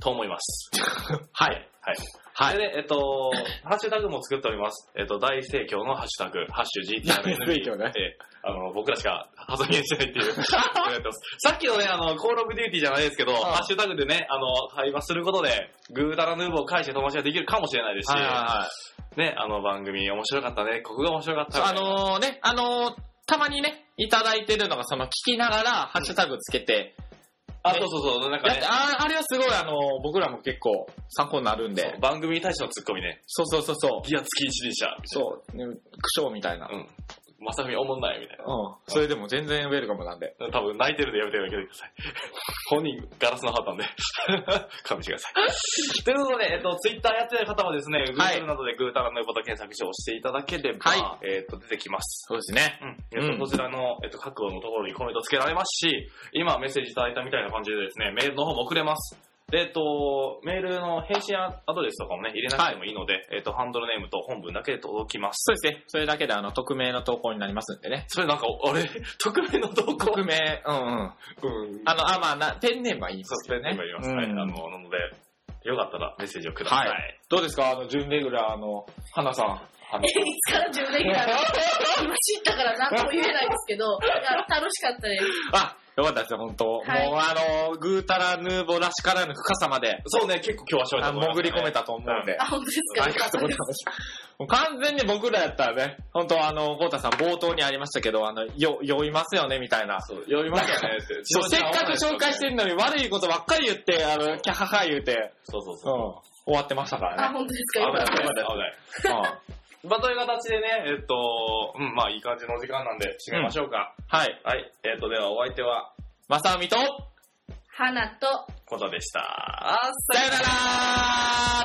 Speaker 2: と思います。 はい。はい。
Speaker 1: はい
Speaker 2: それで、えっと、ハッシュタグも作っております。えっと、大盛況のハッシュタグ、ハッシュ GTRNB。
Speaker 1: 大盛況ね
Speaker 2: えーあの、僕らしか発言してな いっていう。ありがとうございますさっきのね、あの、コールオブデューティーじゃないですけど、ハッシュタグでね、あの、会話することで、グータラヌーボーを返して友達ができるかもしれないですし、
Speaker 1: はいはい。
Speaker 2: ね、あの番組面白かったね、ここが面白かった
Speaker 1: そう
Speaker 2: ね
Speaker 1: あのー、ね、あのー、たまにね、いただいてるのが、その聞きながら、ハッシュタグつけて、
Speaker 2: あ、そうそうそう、なんか
Speaker 1: だっ
Speaker 2: ね
Speaker 1: て、ああれはすごい、あの、僕らも結構参考になるん
Speaker 2: そう
Speaker 1: で。
Speaker 2: 番組に対してのツッコミね。
Speaker 1: そうそうそうそう。
Speaker 2: ギア付き一輪車。
Speaker 1: そう、ね苦笑みたいな。うん。
Speaker 2: うん。まさふみおもんないみたいな。
Speaker 1: それでも全然ウェルカムなんで。
Speaker 2: 多分泣いてるんでやめてあげてください。 本人ガラスのハートなんで、 勘弁してくださ い。ということで、えっと、ツイッターやってる方はですね、
Speaker 1: はい
Speaker 2: Google などでグータラの横田検索書を押していただければ、
Speaker 1: は
Speaker 2: えっと、出てきます。
Speaker 1: そうですね。
Speaker 2: うん。
Speaker 1: うん
Speaker 2: えっと、こちらの、えっと、各のところにコメントつけられますし、今メッセージいただいたみたいな感じでですね、メールの方も送れます。で、えっと、メールの返信アドレスとかもね、入れなくてもいいので、えっと、ハンドルネームと本文だけで届きます。
Speaker 1: そうですね。それだけで、あの、匿名の投稿になりますんでね。
Speaker 2: それなんか、あれ 匿名の投稿
Speaker 1: 匿名、うんうん。
Speaker 2: うん
Speaker 1: あの、あ、まあ、な、ペンネームはいいで
Speaker 2: そうですす
Speaker 1: けど
Speaker 2: ね。
Speaker 1: ね。
Speaker 2: 今言います。はい。あ
Speaker 1: うん
Speaker 2: の、なので、よかったらメッセージをください。
Speaker 1: はどうですかあの、準レギュラーの、花さん。
Speaker 3: いつから10年 間の今知ったから何とも言えないですけど、いや楽しかったです。
Speaker 1: あ、よかったですよ、本当、
Speaker 3: はい
Speaker 1: もう、あの、ぐうたらヌーボーらしからぬ深さまで、
Speaker 2: そうね、結構今日は勝
Speaker 1: あ
Speaker 2: 利
Speaker 1: の潜り込めたと思うんで。
Speaker 3: あ、本当ですか
Speaker 1: ありがとうございます。もう完全に僕らやったらね、本当あの、ゴータさん冒頭にありましたけど、あの、よ、酔いますよね、みたいな。
Speaker 2: そう、読みますよねって。
Speaker 1: そうせっかく紹介してるのに悪いことばっかり言って、あの、キャハハ言うて、
Speaker 2: そうそう
Speaker 1: うん
Speaker 2: そう。、
Speaker 1: 終わってましたか
Speaker 3: あ、
Speaker 1: らね。
Speaker 3: 本当ですか
Speaker 2: 危
Speaker 3: よ
Speaker 2: な
Speaker 3: か
Speaker 2: い
Speaker 3: っ
Speaker 2: 危
Speaker 3: たです。
Speaker 2: ない危ない。まあ、という形でね、えっと、うん、まあ、いい感じの時間なんで、締めましょうか。
Speaker 1: うんはい。
Speaker 2: はい。えっと、では、お相手は、
Speaker 1: まさみと、
Speaker 3: 花と、
Speaker 2: コタでした。
Speaker 1: さよなら